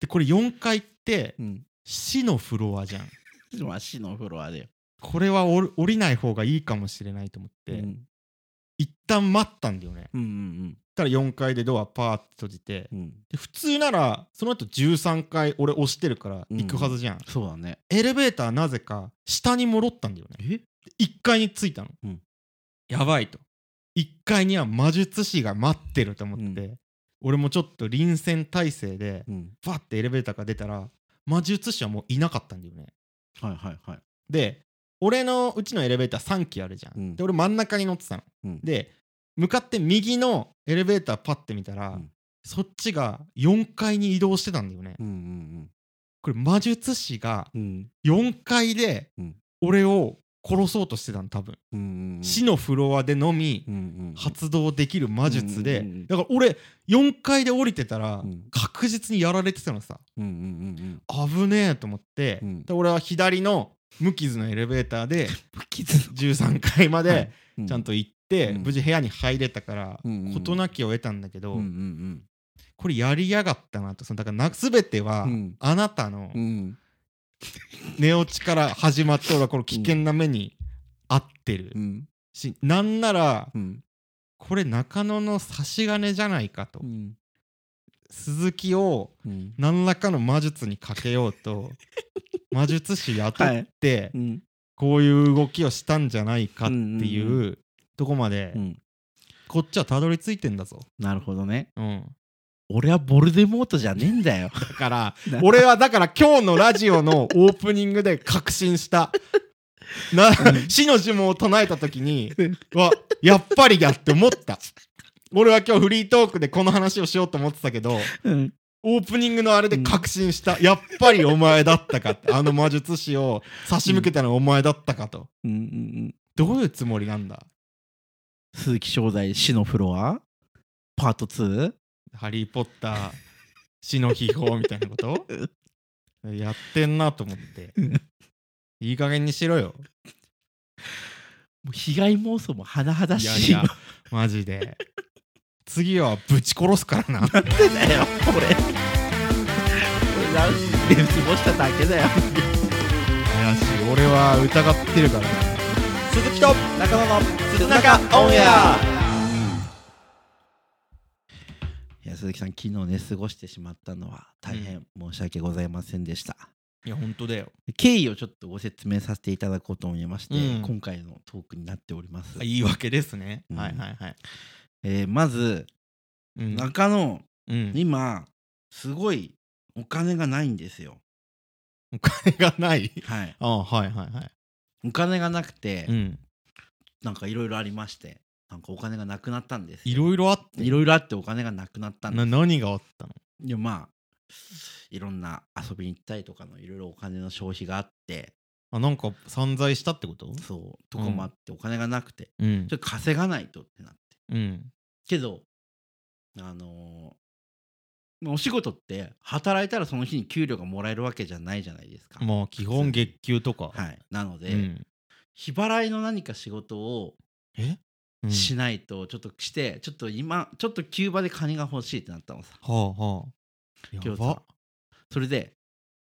[SPEAKER 1] でこれ4階って
[SPEAKER 2] うん
[SPEAKER 1] 死のフロアじゃん
[SPEAKER 2] まあ死のフロアだよ
[SPEAKER 1] これは降り降りない方がいいかもしれないと思って、
[SPEAKER 2] うん
[SPEAKER 1] 一旦待ったんだよね
[SPEAKER 2] うんうん
[SPEAKER 1] そしたら4階でドアパーって閉じて
[SPEAKER 2] うんうん
[SPEAKER 1] で普通ならその後13階俺押してるから行くはずじゃん、
[SPEAKER 2] そうだね
[SPEAKER 1] エレベーターなぜか下に戻ったんだよね
[SPEAKER 2] え
[SPEAKER 1] 1階に着いたの、
[SPEAKER 2] うん
[SPEAKER 1] やばいと1階には魔術師が待ってると思って、俺もちょっと臨戦態勢で
[SPEAKER 2] うん
[SPEAKER 1] バッてエレベーターから出たら魔術師はもういなかったんだよね
[SPEAKER 2] はいはいはい
[SPEAKER 1] で俺のうちのエレベーター3機あるじゃん、
[SPEAKER 2] うん
[SPEAKER 1] で俺真ん中に乗ってたの、
[SPEAKER 2] うん
[SPEAKER 1] で向かって右のエレベーターパッて見たら、
[SPEAKER 2] うん
[SPEAKER 1] そっちが4階に移動してたんだよね、
[SPEAKER 2] うんうん
[SPEAKER 1] これ魔術師が
[SPEAKER 2] うんうん
[SPEAKER 1] 4階で
[SPEAKER 2] うん
[SPEAKER 1] 俺を殺そうとしてたの多分、
[SPEAKER 2] うんうんうん
[SPEAKER 1] 死のフロアでのみ、
[SPEAKER 2] うんうん
[SPEAKER 1] 発動できる魔術で、
[SPEAKER 2] うんうんうん
[SPEAKER 1] だから俺4階で降りてたら
[SPEAKER 2] うん
[SPEAKER 1] 確実にやられてたのさ
[SPEAKER 2] うんうんうんうん
[SPEAKER 1] 危ねえと思って、
[SPEAKER 2] うん
[SPEAKER 1] で俺は左の無傷のエレベーターで
[SPEAKER 2] 無傷
[SPEAKER 1] 13階ま
[SPEAKER 2] は
[SPEAKER 1] で
[SPEAKER 2] いうん
[SPEAKER 1] ちゃんと行って、
[SPEAKER 2] うん
[SPEAKER 1] 無事部屋に入れたから
[SPEAKER 2] うんうん
[SPEAKER 1] 事なきを得たんだけど、
[SPEAKER 2] うんうん
[SPEAKER 1] これやりやがったなとそのだからな全ては、
[SPEAKER 2] うん
[SPEAKER 1] あなたの
[SPEAKER 2] うん
[SPEAKER 1] 寝落ちから始まって俺はこの危険な目に遭ってる、
[SPEAKER 2] うん
[SPEAKER 1] しなんなら
[SPEAKER 2] うん
[SPEAKER 1] これ中野の差し金じゃないかと、
[SPEAKER 2] うん
[SPEAKER 1] 鈴木を
[SPEAKER 2] うん
[SPEAKER 1] 何らかの魔術にかけよう と魔術師雇って、
[SPEAKER 2] うん
[SPEAKER 1] こういう動きをしたんじゃないかっていう,、
[SPEAKER 2] うんう
[SPEAKER 1] とこまで、
[SPEAKER 2] うん
[SPEAKER 1] こっちはたどり着いてんだぞ、
[SPEAKER 2] なるほどね
[SPEAKER 1] うん、
[SPEAKER 2] 俺はボルデモートじゃねえんだよ
[SPEAKER 1] だ から俺はだから今日のラジオのオープニングで確信した。な死の呪文を唱えた時に
[SPEAKER 2] うん
[SPEAKER 1] わやっぱりだって思った俺は今日フリートークでこの話をしようと思ってたけど
[SPEAKER 2] うん
[SPEAKER 1] オープニングのあれで確信した、やっぱりお前だったかってあの魔術師を差し向けたのはお前だったかと、
[SPEAKER 2] うんうん
[SPEAKER 1] どういうつもりなんだ
[SPEAKER 2] 鈴木正代死のフロアパート 2?
[SPEAKER 1] 「ハリー・ポッター死の秘宝」みたいな ことやってんなと思って
[SPEAKER 2] うん
[SPEAKER 1] いい加減にしろよ
[SPEAKER 2] もう被害妄想も甚だ
[SPEAKER 1] いや
[SPEAKER 2] し
[SPEAKER 1] い
[SPEAKER 2] い
[SPEAKER 1] やマジで次はぶち殺すからな
[SPEAKER 2] なんでだよこれこれ何で過ごしただけだよ
[SPEAKER 1] 怪しい俺は疑ってるからな
[SPEAKER 2] 鈴木と中野の鈴中オンエアいや鈴木さん昨日ね過ごしてしまったのは大変申し訳ございませんでした、
[SPEAKER 1] いや本当だよ
[SPEAKER 2] 経緯をちょっとご説明させていただこうと思いまして、
[SPEAKER 1] うん
[SPEAKER 2] 今回のトークになっております、
[SPEAKER 1] 言い訳ですね、
[SPEAKER 2] うん
[SPEAKER 1] はいはいはい
[SPEAKER 2] えーまず
[SPEAKER 1] うん
[SPEAKER 2] 中野
[SPEAKER 1] うん
[SPEAKER 2] 今すごいお金がないんですよ
[SPEAKER 1] お金がない
[SPEAKER 2] はい
[SPEAKER 1] ああはいはいはい
[SPEAKER 2] お金がなくて、
[SPEAKER 1] ん
[SPEAKER 2] なんかいろいろありましてなんかお金がなくなったんです
[SPEAKER 1] い
[SPEAKER 2] よ
[SPEAKER 1] ろいろあって
[SPEAKER 2] いろいろあってお金がなくなったんです
[SPEAKER 1] な何があったの
[SPEAKER 2] いやまあいろんな遊びに行ったりとかのいろいろお金の消費があって
[SPEAKER 1] あなんか散財したってこと
[SPEAKER 2] そうとこもあってお金がなくて
[SPEAKER 1] うん
[SPEAKER 2] ちょっと稼がないとってなって
[SPEAKER 1] うん
[SPEAKER 2] けどあのまあお仕事って働いたらその日に給料がもらえるわけじゃないじゃないですか。
[SPEAKER 1] もう基本月給とか、
[SPEAKER 2] はい、なので、
[SPEAKER 1] うん、
[SPEAKER 2] 日払いの何か仕事を
[SPEAKER 1] え、うん、
[SPEAKER 2] しないとちょっとして、ちょっと今ちょっと急場でカニが欲しいってなったのさ
[SPEAKER 1] はあはあや
[SPEAKER 2] 今日
[SPEAKER 1] ば
[SPEAKER 2] さそれで、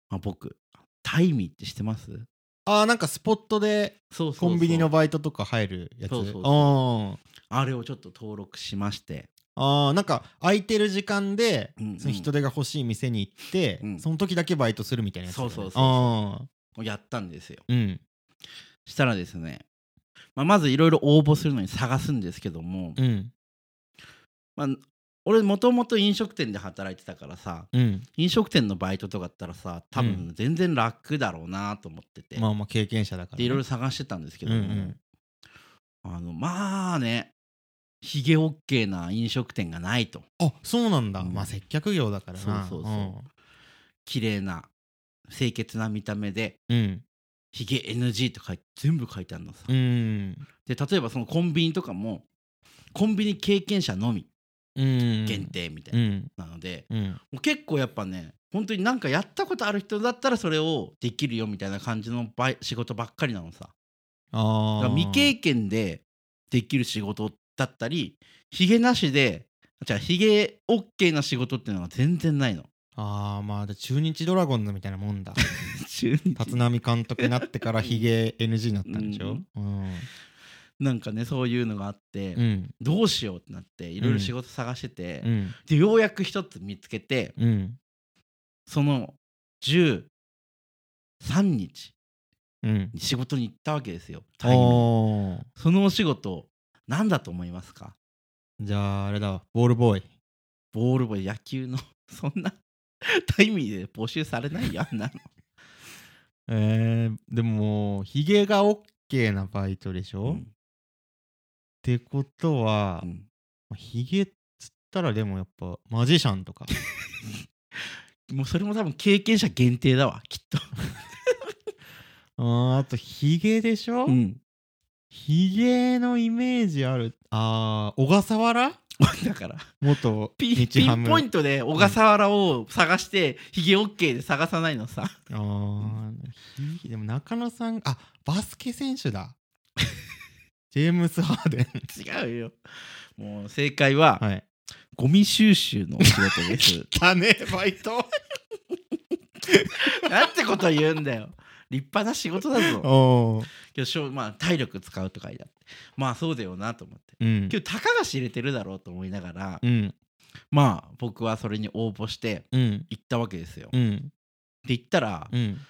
[SPEAKER 2] まあ、僕タイミーって知ってます
[SPEAKER 1] あーなんかスポットで
[SPEAKER 2] そうそうそう
[SPEAKER 1] コンビニのバイトとか入るやつ
[SPEAKER 2] そうそうそう
[SPEAKER 1] あ
[SPEAKER 2] あれをちょっと登録しまして
[SPEAKER 1] あーなんか空いてる時間で、
[SPEAKER 2] うんうん
[SPEAKER 1] その人手が欲しい店に行って、
[SPEAKER 2] うん
[SPEAKER 1] その時だけバイトするみたいなやつだよね、
[SPEAKER 2] そうそうそうそう
[SPEAKER 1] あ
[SPEAKER 2] やったんですよ
[SPEAKER 1] ーうん
[SPEAKER 2] したらですね、まあ、まずいろいろ応募するのに探すんですけども、
[SPEAKER 1] うん
[SPEAKER 2] まあ、俺もともと飲食店で働いてたからさ
[SPEAKER 1] うん
[SPEAKER 2] 飲食店のバイトとかだったらさ多分全然楽だろうなと思ってて、
[SPEAKER 1] まあまあ経験者だからね、
[SPEAKER 2] でいろいろ探してたんですけども、
[SPEAKER 1] うんうん
[SPEAKER 2] あのまあねひげ OK な飲食店がないと
[SPEAKER 1] あそうなんだ、
[SPEAKER 2] うん
[SPEAKER 1] まあ接客業だからな
[SPEAKER 2] そうそうそう綺麗な清潔な見た目で
[SPEAKER 1] うんうん
[SPEAKER 2] ひげ NG って書いて全部書いてあるのさ、
[SPEAKER 1] うん
[SPEAKER 2] で例えばそのコンビニとかもコンビニ経験者のみ
[SPEAKER 1] うん
[SPEAKER 2] 限定みた
[SPEAKER 1] う
[SPEAKER 2] い
[SPEAKER 1] ん
[SPEAKER 2] な、なので
[SPEAKER 1] うん
[SPEAKER 2] もう結構やっぱね本当になんかやったことある人だったらそれをできるよみたいな感じのバイ仕事ばっかりなのさだ
[SPEAKER 1] あ
[SPEAKER 2] か
[SPEAKER 1] あ
[SPEAKER 2] ら未経験でできる仕事だったりヒゲなしでじゃあヒゲ OK な仕事っていうのが全然ないの
[SPEAKER 1] ああまあで中日ドラゴンズみたいなもんだ
[SPEAKER 2] 中日
[SPEAKER 1] 立浪監督になってからヒゲ NG になったんでしょうん
[SPEAKER 2] なんかねそういうのがあって、
[SPEAKER 1] うん
[SPEAKER 2] どうしようってなっていろいろ仕事探してて、
[SPEAKER 1] うん
[SPEAKER 2] でようやく一つ見つけて
[SPEAKER 1] うん
[SPEAKER 2] その13日
[SPEAKER 1] うん
[SPEAKER 2] に仕事に行ったわけですよタイミング
[SPEAKER 1] おー
[SPEAKER 2] そのお仕事何だと思いますか
[SPEAKER 1] じゃああれだわボールボーイ
[SPEAKER 2] ボールボーイ野球の そんなタイミングで募集されないやんなの
[SPEAKER 1] えー、でもヒゲが OK なバイトでしょ、っ、てことは
[SPEAKER 2] う、ん
[SPEAKER 1] ヒゲっつったらでもやっぱマジシャンとか
[SPEAKER 2] もうそれも多分経験者限定だわきっと、
[SPEAKER 1] あーあとヒゲでしょ、
[SPEAKER 2] ん、
[SPEAKER 1] ヒゲのイメージあるあー小笠原
[SPEAKER 2] だから
[SPEAKER 1] 元
[SPEAKER 2] ピン
[SPEAKER 1] 日
[SPEAKER 2] ピ
[SPEAKER 1] ハ
[SPEAKER 2] ン
[SPEAKER 1] ム
[SPEAKER 2] ポイントで小笠原を探して、ヒゲ OK で探さないのさ
[SPEAKER 1] あーひでも中野さんあバスケ選手だジェームス・ハーデン
[SPEAKER 2] 違うよもう正解は、
[SPEAKER 1] はい
[SPEAKER 2] ゴミ収集のお仕事です
[SPEAKER 1] だねバイト
[SPEAKER 2] なんてこと言うんだよ立派な仕事だぞ
[SPEAKER 1] おー
[SPEAKER 2] 今日しょ、まあ、体力使うとかいだってまあそうだよなと思って
[SPEAKER 1] うん
[SPEAKER 2] 今日たかが知れてるだろうと思いながら、
[SPEAKER 1] うん
[SPEAKER 2] まあ僕はそれに応募して
[SPEAKER 1] うん
[SPEAKER 2] 行ったわけですよ、
[SPEAKER 1] うん
[SPEAKER 2] で行ったら、
[SPEAKER 1] うん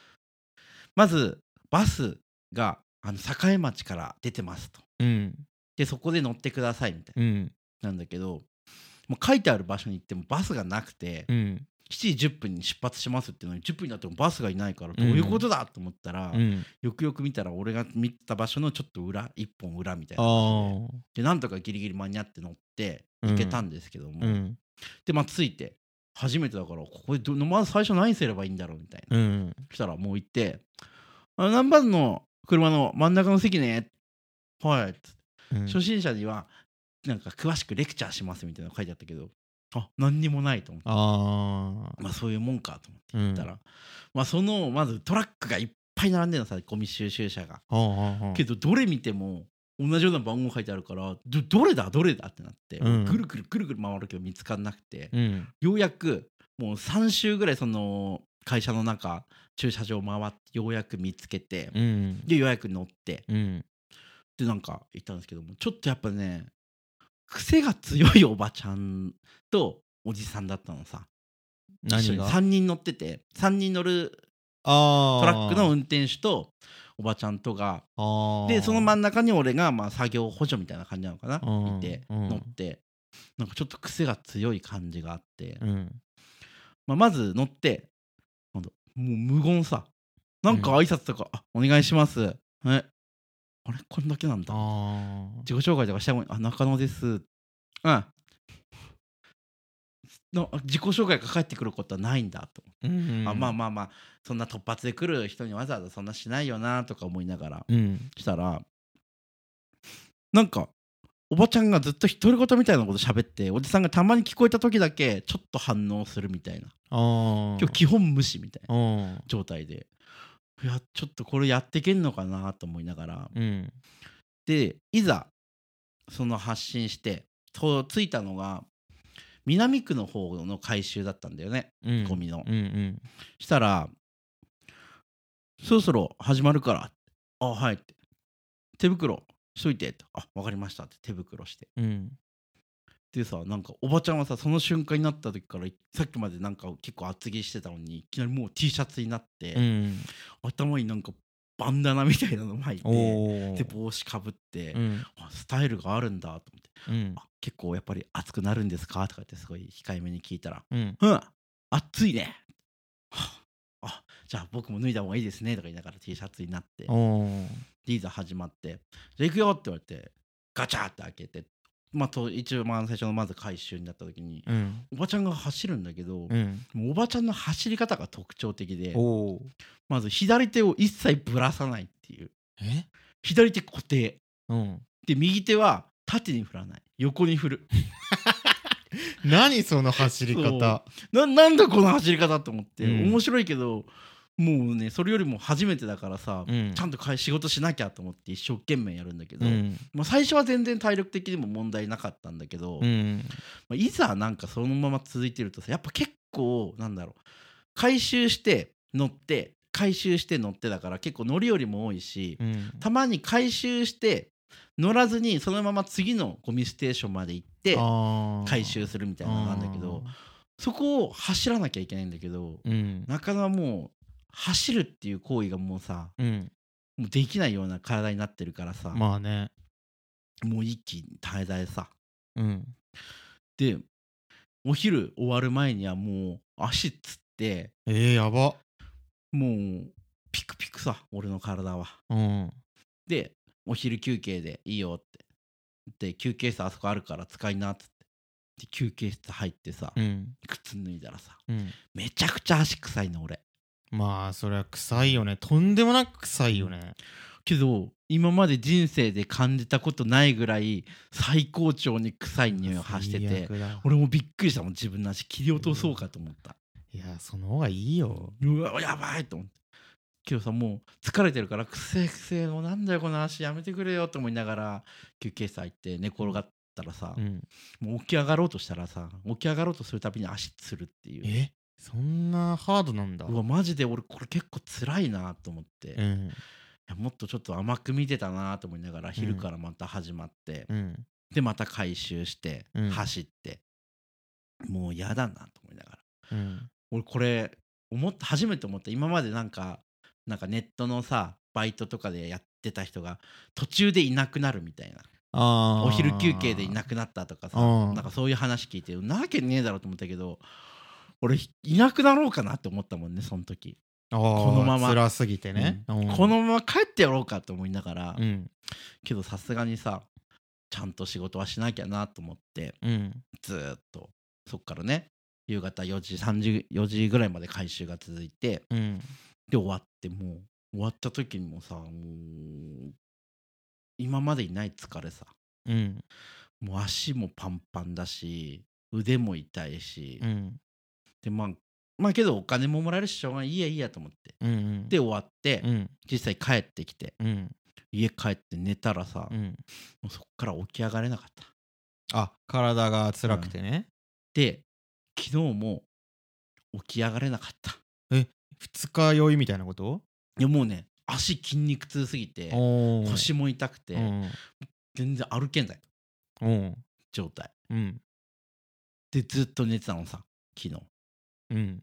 [SPEAKER 2] まずバスがあの栄町から出てますと
[SPEAKER 1] うん
[SPEAKER 2] でそこで乗ってくださいみたい
[SPEAKER 1] うん
[SPEAKER 2] ななんだけどもう書いてある場所に行ってもバスがなくて、
[SPEAKER 1] うん
[SPEAKER 2] 7時10分に出発しますっていうのに10分になってもバスがいないからどういうことだと思ったら、
[SPEAKER 1] うん
[SPEAKER 2] よくよく見たら俺が見た場所のちょっと裏一本裏みたい
[SPEAKER 1] あ
[SPEAKER 2] な場所
[SPEAKER 1] ー
[SPEAKER 2] ででなんとかギリギリ間に合って乗って行けたんですけども、
[SPEAKER 1] うん
[SPEAKER 2] でまあ着いて初めてだからここでどまず最初何すればいいんだろうみたいな、
[SPEAKER 1] うん
[SPEAKER 2] そしたらもう行って「あ何番の車の真ん中の席ね」はいつって
[SPEAKER 1] うん
[SPEAKER 2] 初心者にはなんか詳しくレクチャーしますみたいなの書いてあったけどあ何にもないと思って
[SPEAKER 1] あ
[SPEAKER 2] まあそういうもんかと思って
[SPEAKER 1] あうん
[SPEAKER 2] ったら、まあそのまずトラックがいっぱい並んでるのさゴミ収集車が
[SPEAKER 1] ほうほうほう
[SPEAKER 2] けどどれ見ても同じような番号書いてあるからどどれだどれだってなって、
[SPEAKER 1] うん
[SPEAKER 2] ぐるぐるぐるぐる回るけど見つからなくて、
[SPEAKER 1] うん
[SPEAKER 2] ようやくもう3週ぐらいその会社の中駐車場回ってようやく見つけて、
[SPEAKER 1] うん
[SPEAKER 2] でようやく乗って
[SPEAKER 1] うん
[SPEAKER 2] でなんか行ったんですけどもちょっとやっぱね癖が強いおばちゃんとおじさんだったのさ
[SPEAKER 1] 何
[SPEAKER 2] 一緒に
[SPEAKER 1] が
[SPEAKER 2] 3人乗ってて3人乗る
[SPEAKER 1] あー
[SPEAKER 2] トラックの運転手とおばちゃんとが
[SPEAKER 1] あー
[SPEAKER 2] でその真ん中に俺がまあ作業補助みたいな感じなのかな
[SPEAKER 1] うん
[SPEAKER 2] いて
[SPEAKER 1] うん
[SPEAKER 2] 乗ってなんかちょっと癖が強い感じがあって
[SPEAKER 1] うん
[SPEAKER 2] まあまず乗ってなんだもう無言さなんか挨拶とか「あお願いします」えあれこんだけなんだ
[SPEAKER 1] あー
[SPEAKER 2] 自己紹介とかしてもあ中野ですうんの自己紹介が返ってくることはないんだと
[SPEAKER 1] うんうん
[SPEAKER 2] あまあまあまあそんな突発で来る人にわざわざそんなしないよなとか思いながら
[SPEAKER 1] うん
[SPEAKER 2] したらなんかおばちゃんがずっと独り言みたいなこと喋っておじさんがたまに聞こえた時だけちょっと反応するみたいな
[SPEAKER 1] あ
[SPEAKER 2] 今日基本無視みたいな
[SPEAKER 1] うん
[SPEAKER 2] 状態でいやちょっとこれやってけんのかなと思いながら
[SPEAKER 1] うん
[SPEAKER 2] でいざその発信してと着いたのが南区の方の回収だったんだよね
[SPEAKER 1] うん
[SPEAKER 2] ゴミの
[SPEAKER 1] うんうん
[SPEAKER 2] したら「そろそろ始まるから」あはい」って「手袋しといて」って「あわかりました」って手袋して
[SPEAKER 1] うん
[SPEAKER 2] でさなんかおばちゃんはさその瞬間になった時からさっきまでなんか結構厚着してたのにいきなりもう T シャツになって、
[SPEAKER 1] うん
[SPEAKER 2] 頭になんかバンダナみたいなの巻いて
[SPEAKER 1] おお
[SPEAKER 2] で帽子かぶって、
[SPEAKER 1] うん
[SPEAKER 2] あスタイルがあるんだと思って。
[SPEAKER 1] うん
[SPEAKER 2] あ結構やっぱり熱くなるんですかとかってすごい控えめに聞いたら
[SPEAKER 1] うん
[SPEAKER 2] 「うん熱いね」はああじゃあ僕も脱いだ方がいいですね」とか言いながら T シャツになって
[SPEAKER 1] おお
[SPEAKER 2] リーザ始まって「じゃあ行くよ」って言われてガチャって開けてまあと一応まあ最初のまず回収になった時に
[SPEAKER 1] うん
[SPEAKER 2] おばちゃんが走るんだけど、
[SPEAKER 1] うん
[SPEAKER 2] もうおばちゃんの走り方が特徴的で
[SPEAKER 1] おお
[SPEAKER 2] まず左手を一切ぶらさないっていう
[SPEAKER 1] え
[SPEAKER 2] 左手固定
[SPEAKER 1] うん
[SPEAKER 2] で右手は縦に振らない横に振る
[SPEAKER 1] 何その走り方
[SPEAKER 2] ななんだこの走り方と思って、
[SPEAKER 1] うん
[SPEAKER 2] 面白いけどもうねそれよりも初めてだからさ、
[SPEAKER 1] うん
[SPEAKER 2] ちゃんとか仕事しなきゃと思って一生懸命やるんだけど、
[SPEAKER 1] うん
[SPEAKER 2] まあ、最初は全然体力的にも問題なかったんだけど、
[SPEAKER 1] う
[SPEAKER 2] ま
[SPEAKER 1] ん
[SPEAKER 2] あ、いざなんかそのまま続いてるとさやっぱ結構なんだろう回収して乗って回収して乗ってだから結構乗りよりも多いし、
[SPEAKER 1] うん
[SPEAKER 2] たまに回収して乗らずにそのまま次のゴミステーションまで行って
[SPEAKER 1] あー
[SPEAKER 2] 回収するみたいなのなんだけど。そこを走らなきゃいけないんだけど
[SPEAKER 1] うん
[SPEAKER 2] なかなかもう走るっていう行為がもうさ
[SPEAKER 1] うん
[SPEAKER 2] もうできないような体になってるからさ、
[SPEAKER 1] まあね
[SPEAKER 2] もう一気に滞在さ
[SPEAKER 1] うん
[SPEAKER 2] でお昼終わる前にはもう足つって
[SPEAKER 1] えー、やば
[SPEAKER 2] もうピクピクさ俺の体は
[SPEAKER 1] うん
[SPEAKER 2] でお昼休憩でいいよってで休憩室あそこあるから使いなっつってで休憩室入ってさ、
[SPEAKER 1] うん
[SPEAKER 2] 靴脱いだらさ
[SPEAKER 1] うん
[SPEAKER 2] めちゃくちゃ足臭いの俺
[SPEAKER 1] まあそれは臭いよねとんでもなく臭いよね
[SPEAKER 2] けど今まで人生で感じたことないぐらい最高潮に臭い匂いを発して
[SPEAKER 1] 最
[SPEAKER 2] て
[SPEAKER 1] 悪だ
[SPEAKER 2] 俺もびっくりしたもん自分の足切り落とそうかと思った
[SPEAKER 1] いやその方がいいよ
[SPEAKER 2] うわやばいと思ってけどさもう疲れてるからくせえくせえもうなんだよこの足やめてくれよと思いながら休憩室入って寝転がったらさ、
[SPEAKER 1] うん
[SPEAKER 2] もう起き上がろうとしたらさ起き上がろうとするたびに足つるっていう
[SPEAKER 1] えそんなハードなんだ
[SPEAKER 2] うわマジで俺これ結構辛いなと思って、
[SPEAKER 1] う
[SPEAKER 2] い
[SPEAKER 1] ん
[SPEAKER 2] やもっとちょっと甘く見てたなと思いながら昼からまた始まって、
[SPEAKER 1] うん
[SPEAKER 2] でまた回収して
[SPEAKER 1] うん
[SPEAKER 2] 走って、もう嫌だなと思いながら
[SPEAKER 1] うん
[SPEAKER 2] 俺これ思った初めて思った今までなんかなんかネットのさバイトとかでやってた人が途中でいなくなるみたいな
[SPEAKER 1] あー
[SPEAKER 2] お昼休憩でいなくなったとかさ
[SPEAKER 1] うん
[SPEAKER 2] なんかそういう話聞いてなわけねえだろうと思ったけど俺いなくなろうかなって思ったもんねその時、
[SPEAKER 1] あ
[SPEAKER 2] こ
[SPEAKER 1] こ
[SPEAKER 2] のまま
[SPEAKER 1] 辛すぎてね、うん
[SPEAKER 2] このまま帰ってやろうかと思いながら、
[SPEAKER 1] うん
[SPEAKER 2] けどさすがにさちゃんと仕事はしなきゃなと思って
[SPEAKER 1] うん
[SPEAKER 2] ずーっとそっからね夕方4時3時4時ぐらいまで回収が続いて
[SPEAKER 1] うん
[SPEAKER 2] で終わってもう終わった時にもさもう今までにない疲れさ
[SPEAKER 1] うん
[SPEAKER 2] もう足もパンパンだし腕も痛いし、
[SPEAKER 1] うん
[SPEAKER 2] でまあまあけどお金ももらえるししょうがないいいやいいやと思って
[SPEAKER 1] うん
[SPEAKER 2] で終わって、
[SPEAKER 1] うん
[SPEAKER 2] 実際帰ってきて
[SPEAKER 1] うん
[SPEAKER 2] 家帰って寝たらさ、
[SPEAKER 1] う
[SPEAKER 2] も
[SPEAKER 1] ん
[SPEAKER 2] うそっから起き上がれなかった
[SPEAKER 1] あ体が辛くてね、
[SPEAKER 2] で昨日も起き上がれなかった
[SPEAKER 1] 二日酔いみたいなこと
[SPEAKER 2] いやもうね足筋肉痛すぎて
[SPEAKER 1] おー
[SPEAKER 2] 腰も痛くて、
[SPEAKER 1] うん
[SPEAKER 2] 全然歩けない
[SPEAKER 1] うん
[SPEAKER 2] 状態
[SPEAKER 1] うん
[SPEAKER 2] でずっと寝てたのさ昨日
[SPEAKER 1] うん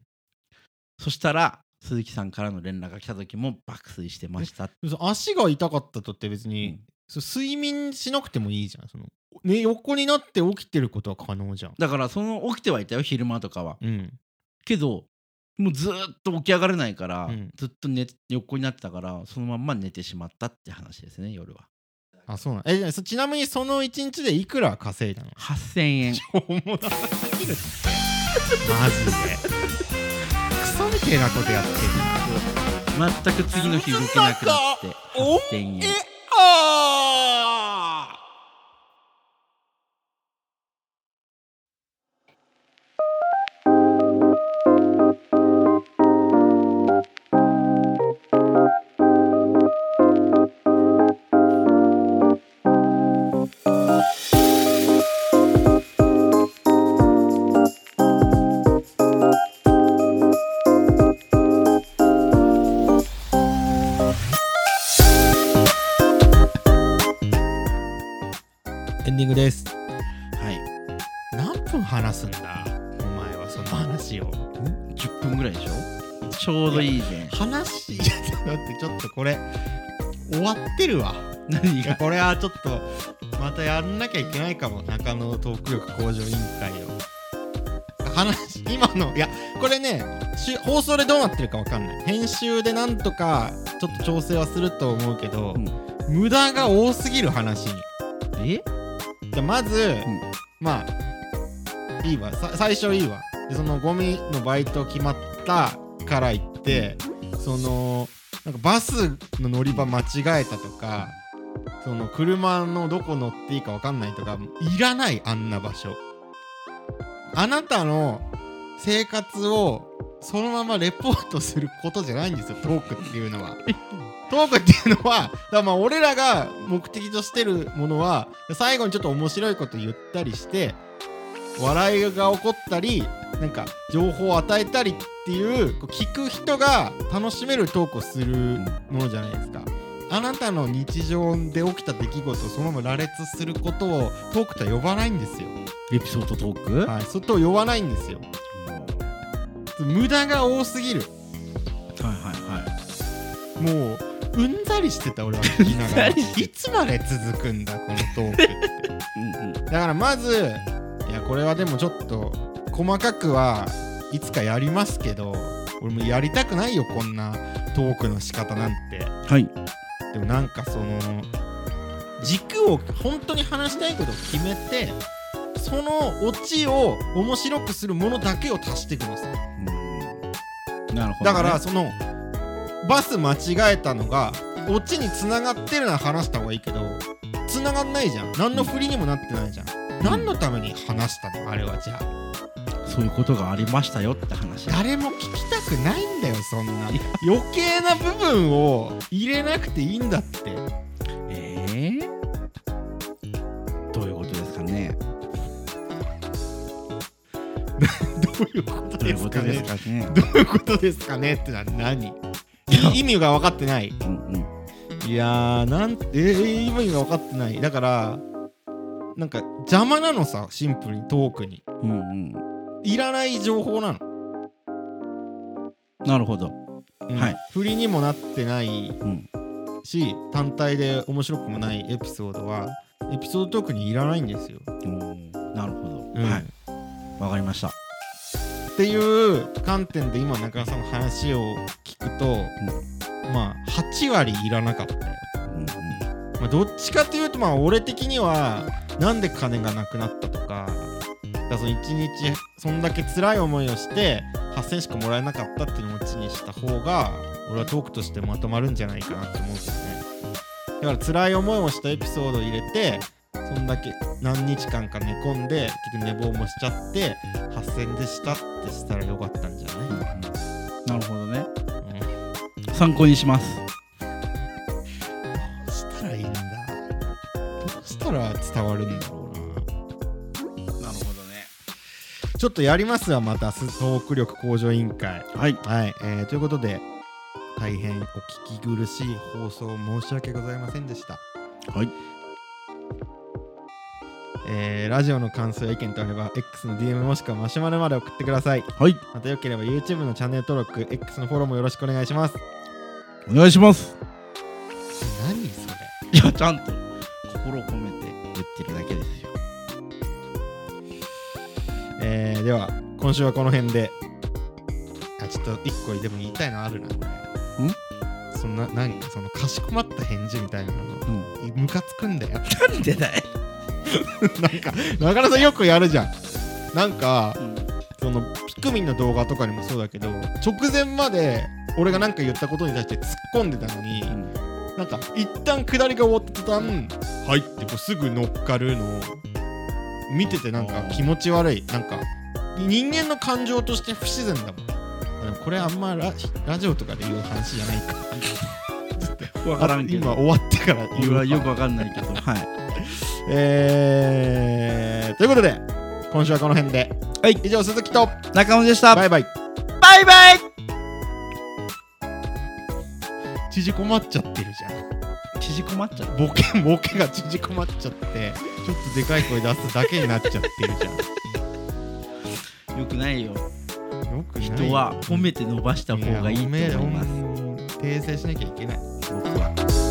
[SPEAKER 2] そしたら鈴木さんからの連絡が来た時も爆睡してました
[SPEAKER 1] そ足が痛かったとって別に、
[SPEAKER 2] うん
[SPEAKER 1] そ睡眠しなくてもいいじゃんその、ね、横になって起きてることは可能じゃん
[SPEAKER 2] だからその起きてはいたよ昼間とかは
[SPEAKER 1] うん
[SPEAKER 2] けどもうずーっと起き上がれないから、
[SPEAKER 1] うん
[SPEAKER 2] ずっと寝横になってたからそのまんま寝てしまったって話ですね夜は
[SPEAKER 1] あそうなのえじゃあそちなみにその1日でいくら稼いだの
[SPEAKER 2] 8000円
[SPEAKER 1] 重なすぎるマジでクソみてえなことやってる
[SPEAKER 2] 全く次の日動けなくなって
[SPEAKER 1] お
[SPEAKER 2] 8000円
[SPEAKER 1] あ分話すんだお前はその話を
[SPEAKER 2] 10分ぐらいでしょちょうどいいね
[SPEAKER 1] 話いやだってちょっとこれ終わってるわ
[SPEAKER 2] 何
[SPEAKER 1] いやこれはちょっとまたやんなきゃいけないかも中野トーク力向上委員会を話今のいやこれねし放送でどうなってるかわかんない編集でなんとかちょっと調整はすると思うけど、
[SPEAKER 2] うん
[SPEAKER 1] 無駄が多すぎる話に
[SPEAKER 2] え
[SPEAKER 1] じゃあまず、
[SPEAKER 2] ん
[SPEAKER 1] まあいいわさ最初いいわでそのゴミのバイト決まったから言ってそのなんかバスの乗り場間違えたとかその車のどこ乗っていいか分かんないとかいらないあんな場所あなたの生活をそのままレポートすることじゃないんですよトークっていうのはトークっていうのはだからまあ俺らが目的としてるものは最後にちょっと面白いこと言ったりして笑いが起こったりなんか情報を与えたりっていうこう聞く人が楽しめるトークをするものじゃないですか。あなたの日常で起きた出来事をそのまま羅列することをトークとは呼ばないんですよ。
[SPEAKER 2] エピソードトーク、
[SPEAKER 1] はい、それと呼ばないんですよ。
[SPEAKER 2] も
[SPEAKER 1] 無駄が多すぎる。
[SPEAKER 2] うはいはいはい
[SPEAKER 1] もううんざりしてた俺は聞きながら
[SPEAKER 2] うんざりして
[SPEAKER 1] いつまで続くんだこのトークって
[SPEAKER 2] うんうん
[SPEAKER 1] だからまずいやこれはでもちょっと細かくはいつかやりますけど俺もやりたくないよこんなトークの仕方なんて
[SPEAKER 2] はい
[SPEAKER 1] でもなんかその軸を本当に話したいことを決めてそのオチを面白くするものだけを足してください
[SPEAKER 2] うんなるほ
[SPEAKER 1] だ
[SPEAKER 2] どね、
[SPEAKER 1] からそのバス間違えたのがオチに繋がってるなら話した方がいいけど繋がんないじゃん何の振りにもなってないじゃん何のために話したのあれはじゃあ
[SPEAKER 2] そういうことがありましたよって話
[SPEAKER 1] 誰も聞きたくないんだよそんな余計な部分を入れなくていいんだって
[SPEAKER 2] えー、どういうことですかね
[SPEAKER 1] どういうこと
[SPEAKER 2] どう
[SPEAKER 1] で
[SPEAKER 2] いう
[SPEAKER 1] す
[SPEAKER 2] こ
[SPEAKER 1] か
[SPEAKER 2] とです
[SPEAKER 1] ね
[SPEAKER 2] かね
[SPEAKER 1] どういうことですかねってのは何
[SPEAKER 2] や
[SPEAKER 1] い意味が分かってない
[SPEAKER 2] うんうん
[SPEAKER 1] いやーなんて、えー、今今分かってないだからなんか邪魔なのさシンプルにトークに
[SPEAKER 2] うんうん
[SPEAKER 1] いらない情報なの、
[SPEAKER 2] なるほど
[SPEAKER 1] うん
[SPEAKER 2] はい
[SPEAKER 1] 振りにもなってない
[SPEAKER 2] うん
[SPEAKER 1] し単体で面白くもないエピソードはエピソードトークにいらないんですよ、
[SPEAKER 2] なるほど、
[SPEAKER 1] うん
[SPEAKER 2] はいわかりました
[SPEAKER 1] っていう観点で今中野さんの話を聞くと、まあ8割いらなかったよ、
[SPEAKER 2] うんうん
[SPEAKER 1] まあ、どっちかというとまあ俺的にはなんで金がなくなったとかだからその1日そんだけ辛い思いをして8,000しかもらえなかったっていうのをオチにした方が俺はトークとしてまとまるんじゃないかなって思うけどねだから辛い思いをしたエピソードを入れてそんだけ何日間か寝込んで結局寝坊もしちゃって8,000でしたってしたらよかったんじゃない、
[SPEAKER 2] なるほどね
[SPEAKER 1] うん
[SPEAKER 2] 参考にします
[SPEAKER 1] どうしたらいいんだどうしたら伝わるんだろうな
[SPEAKER 2] なるほどね
[SPEAKER 1] ちょっとやりますわまたトーク力向上委員会
[SPEAKER 2] はい
[SPEAKER 1] はい、えーということで大変お聞き苦しい放送申し訳ございませんでした
[SPEAKER 2] はい
[SPEAKER 1] えーラジオの感想や意見とあれば X の DM もしくはマシュマロまで送ってください
[SPEAKER 2] はい
[SPEAKER 1] またよければ YouTube のチャンネル登録 X のフォローもよろしくお願いします
[SPEAKER 2] お願いします
[SPEAKER 1] 何それ
[SPEAKER 2] いやちゃんと心を込めて言ってるだけですよ
[SPEAKER 1] えーでは今週はこの辺であちょっと一個でも言いたいのあるなこれそんな何そのかしこまった返事みたいなの
[SPEAKER 2] うん
[SPEAKER 1] いムカつくんだよ
[SPEAKER 2] なんでだい
[SPEAKER 1] なんか中田さんよくやるじゃんなんか
[SPEAKER 2] うん
[SPEAKER 1] そのピクミンの動画とかにもそうだけど直前まで俺が何か言ったことに対して突っ込んでたのに、なんか一旦下りが終わった途端「はい」ってこうすぐ乗っかるのを見ててなんか気持ち悪いなんか人間の感情として不自然だもんあでもこれあんまララジオとかで言う話じゃないか
[SPEAKER 2] 分からんけ
[SPEAKER 1] 今
[SPEAKER 2] ど
[SPEAKER 1] 終わってから言う
[SPEAKER 2] 俺
[SPEAKER 1] か
[SPEAKER 2] はよくわかんないけどはい
[SPEAKER 1] えー、ということで今週はこの辺で、
[SPEAKER 2] はい
[SPEAKER 1] 以上鈴木と
[SPEAKER 2] 中野でした
[SPEAKER 1] バイバイ
[SPEAKER 2] バイバイ
[SPEAKER 1] 縮こまっちゃってるじゃ
[SPEAKER 2] 縮こまっちゃうん
[SPEAKER 1] ボケ ボケが縮こまっちゃってちょっとでかい声出すだけになっちゃってるじゃん
[SPEAKER 2] よくないよ
[SPEAKER 1] よくない
[SPEAKER 2] 人は褒めて伸ばした方がいいと思います
[SPEAKER 1] や褒め褒め訂正しなきゃいけない
[SPEAKER 2] 僕は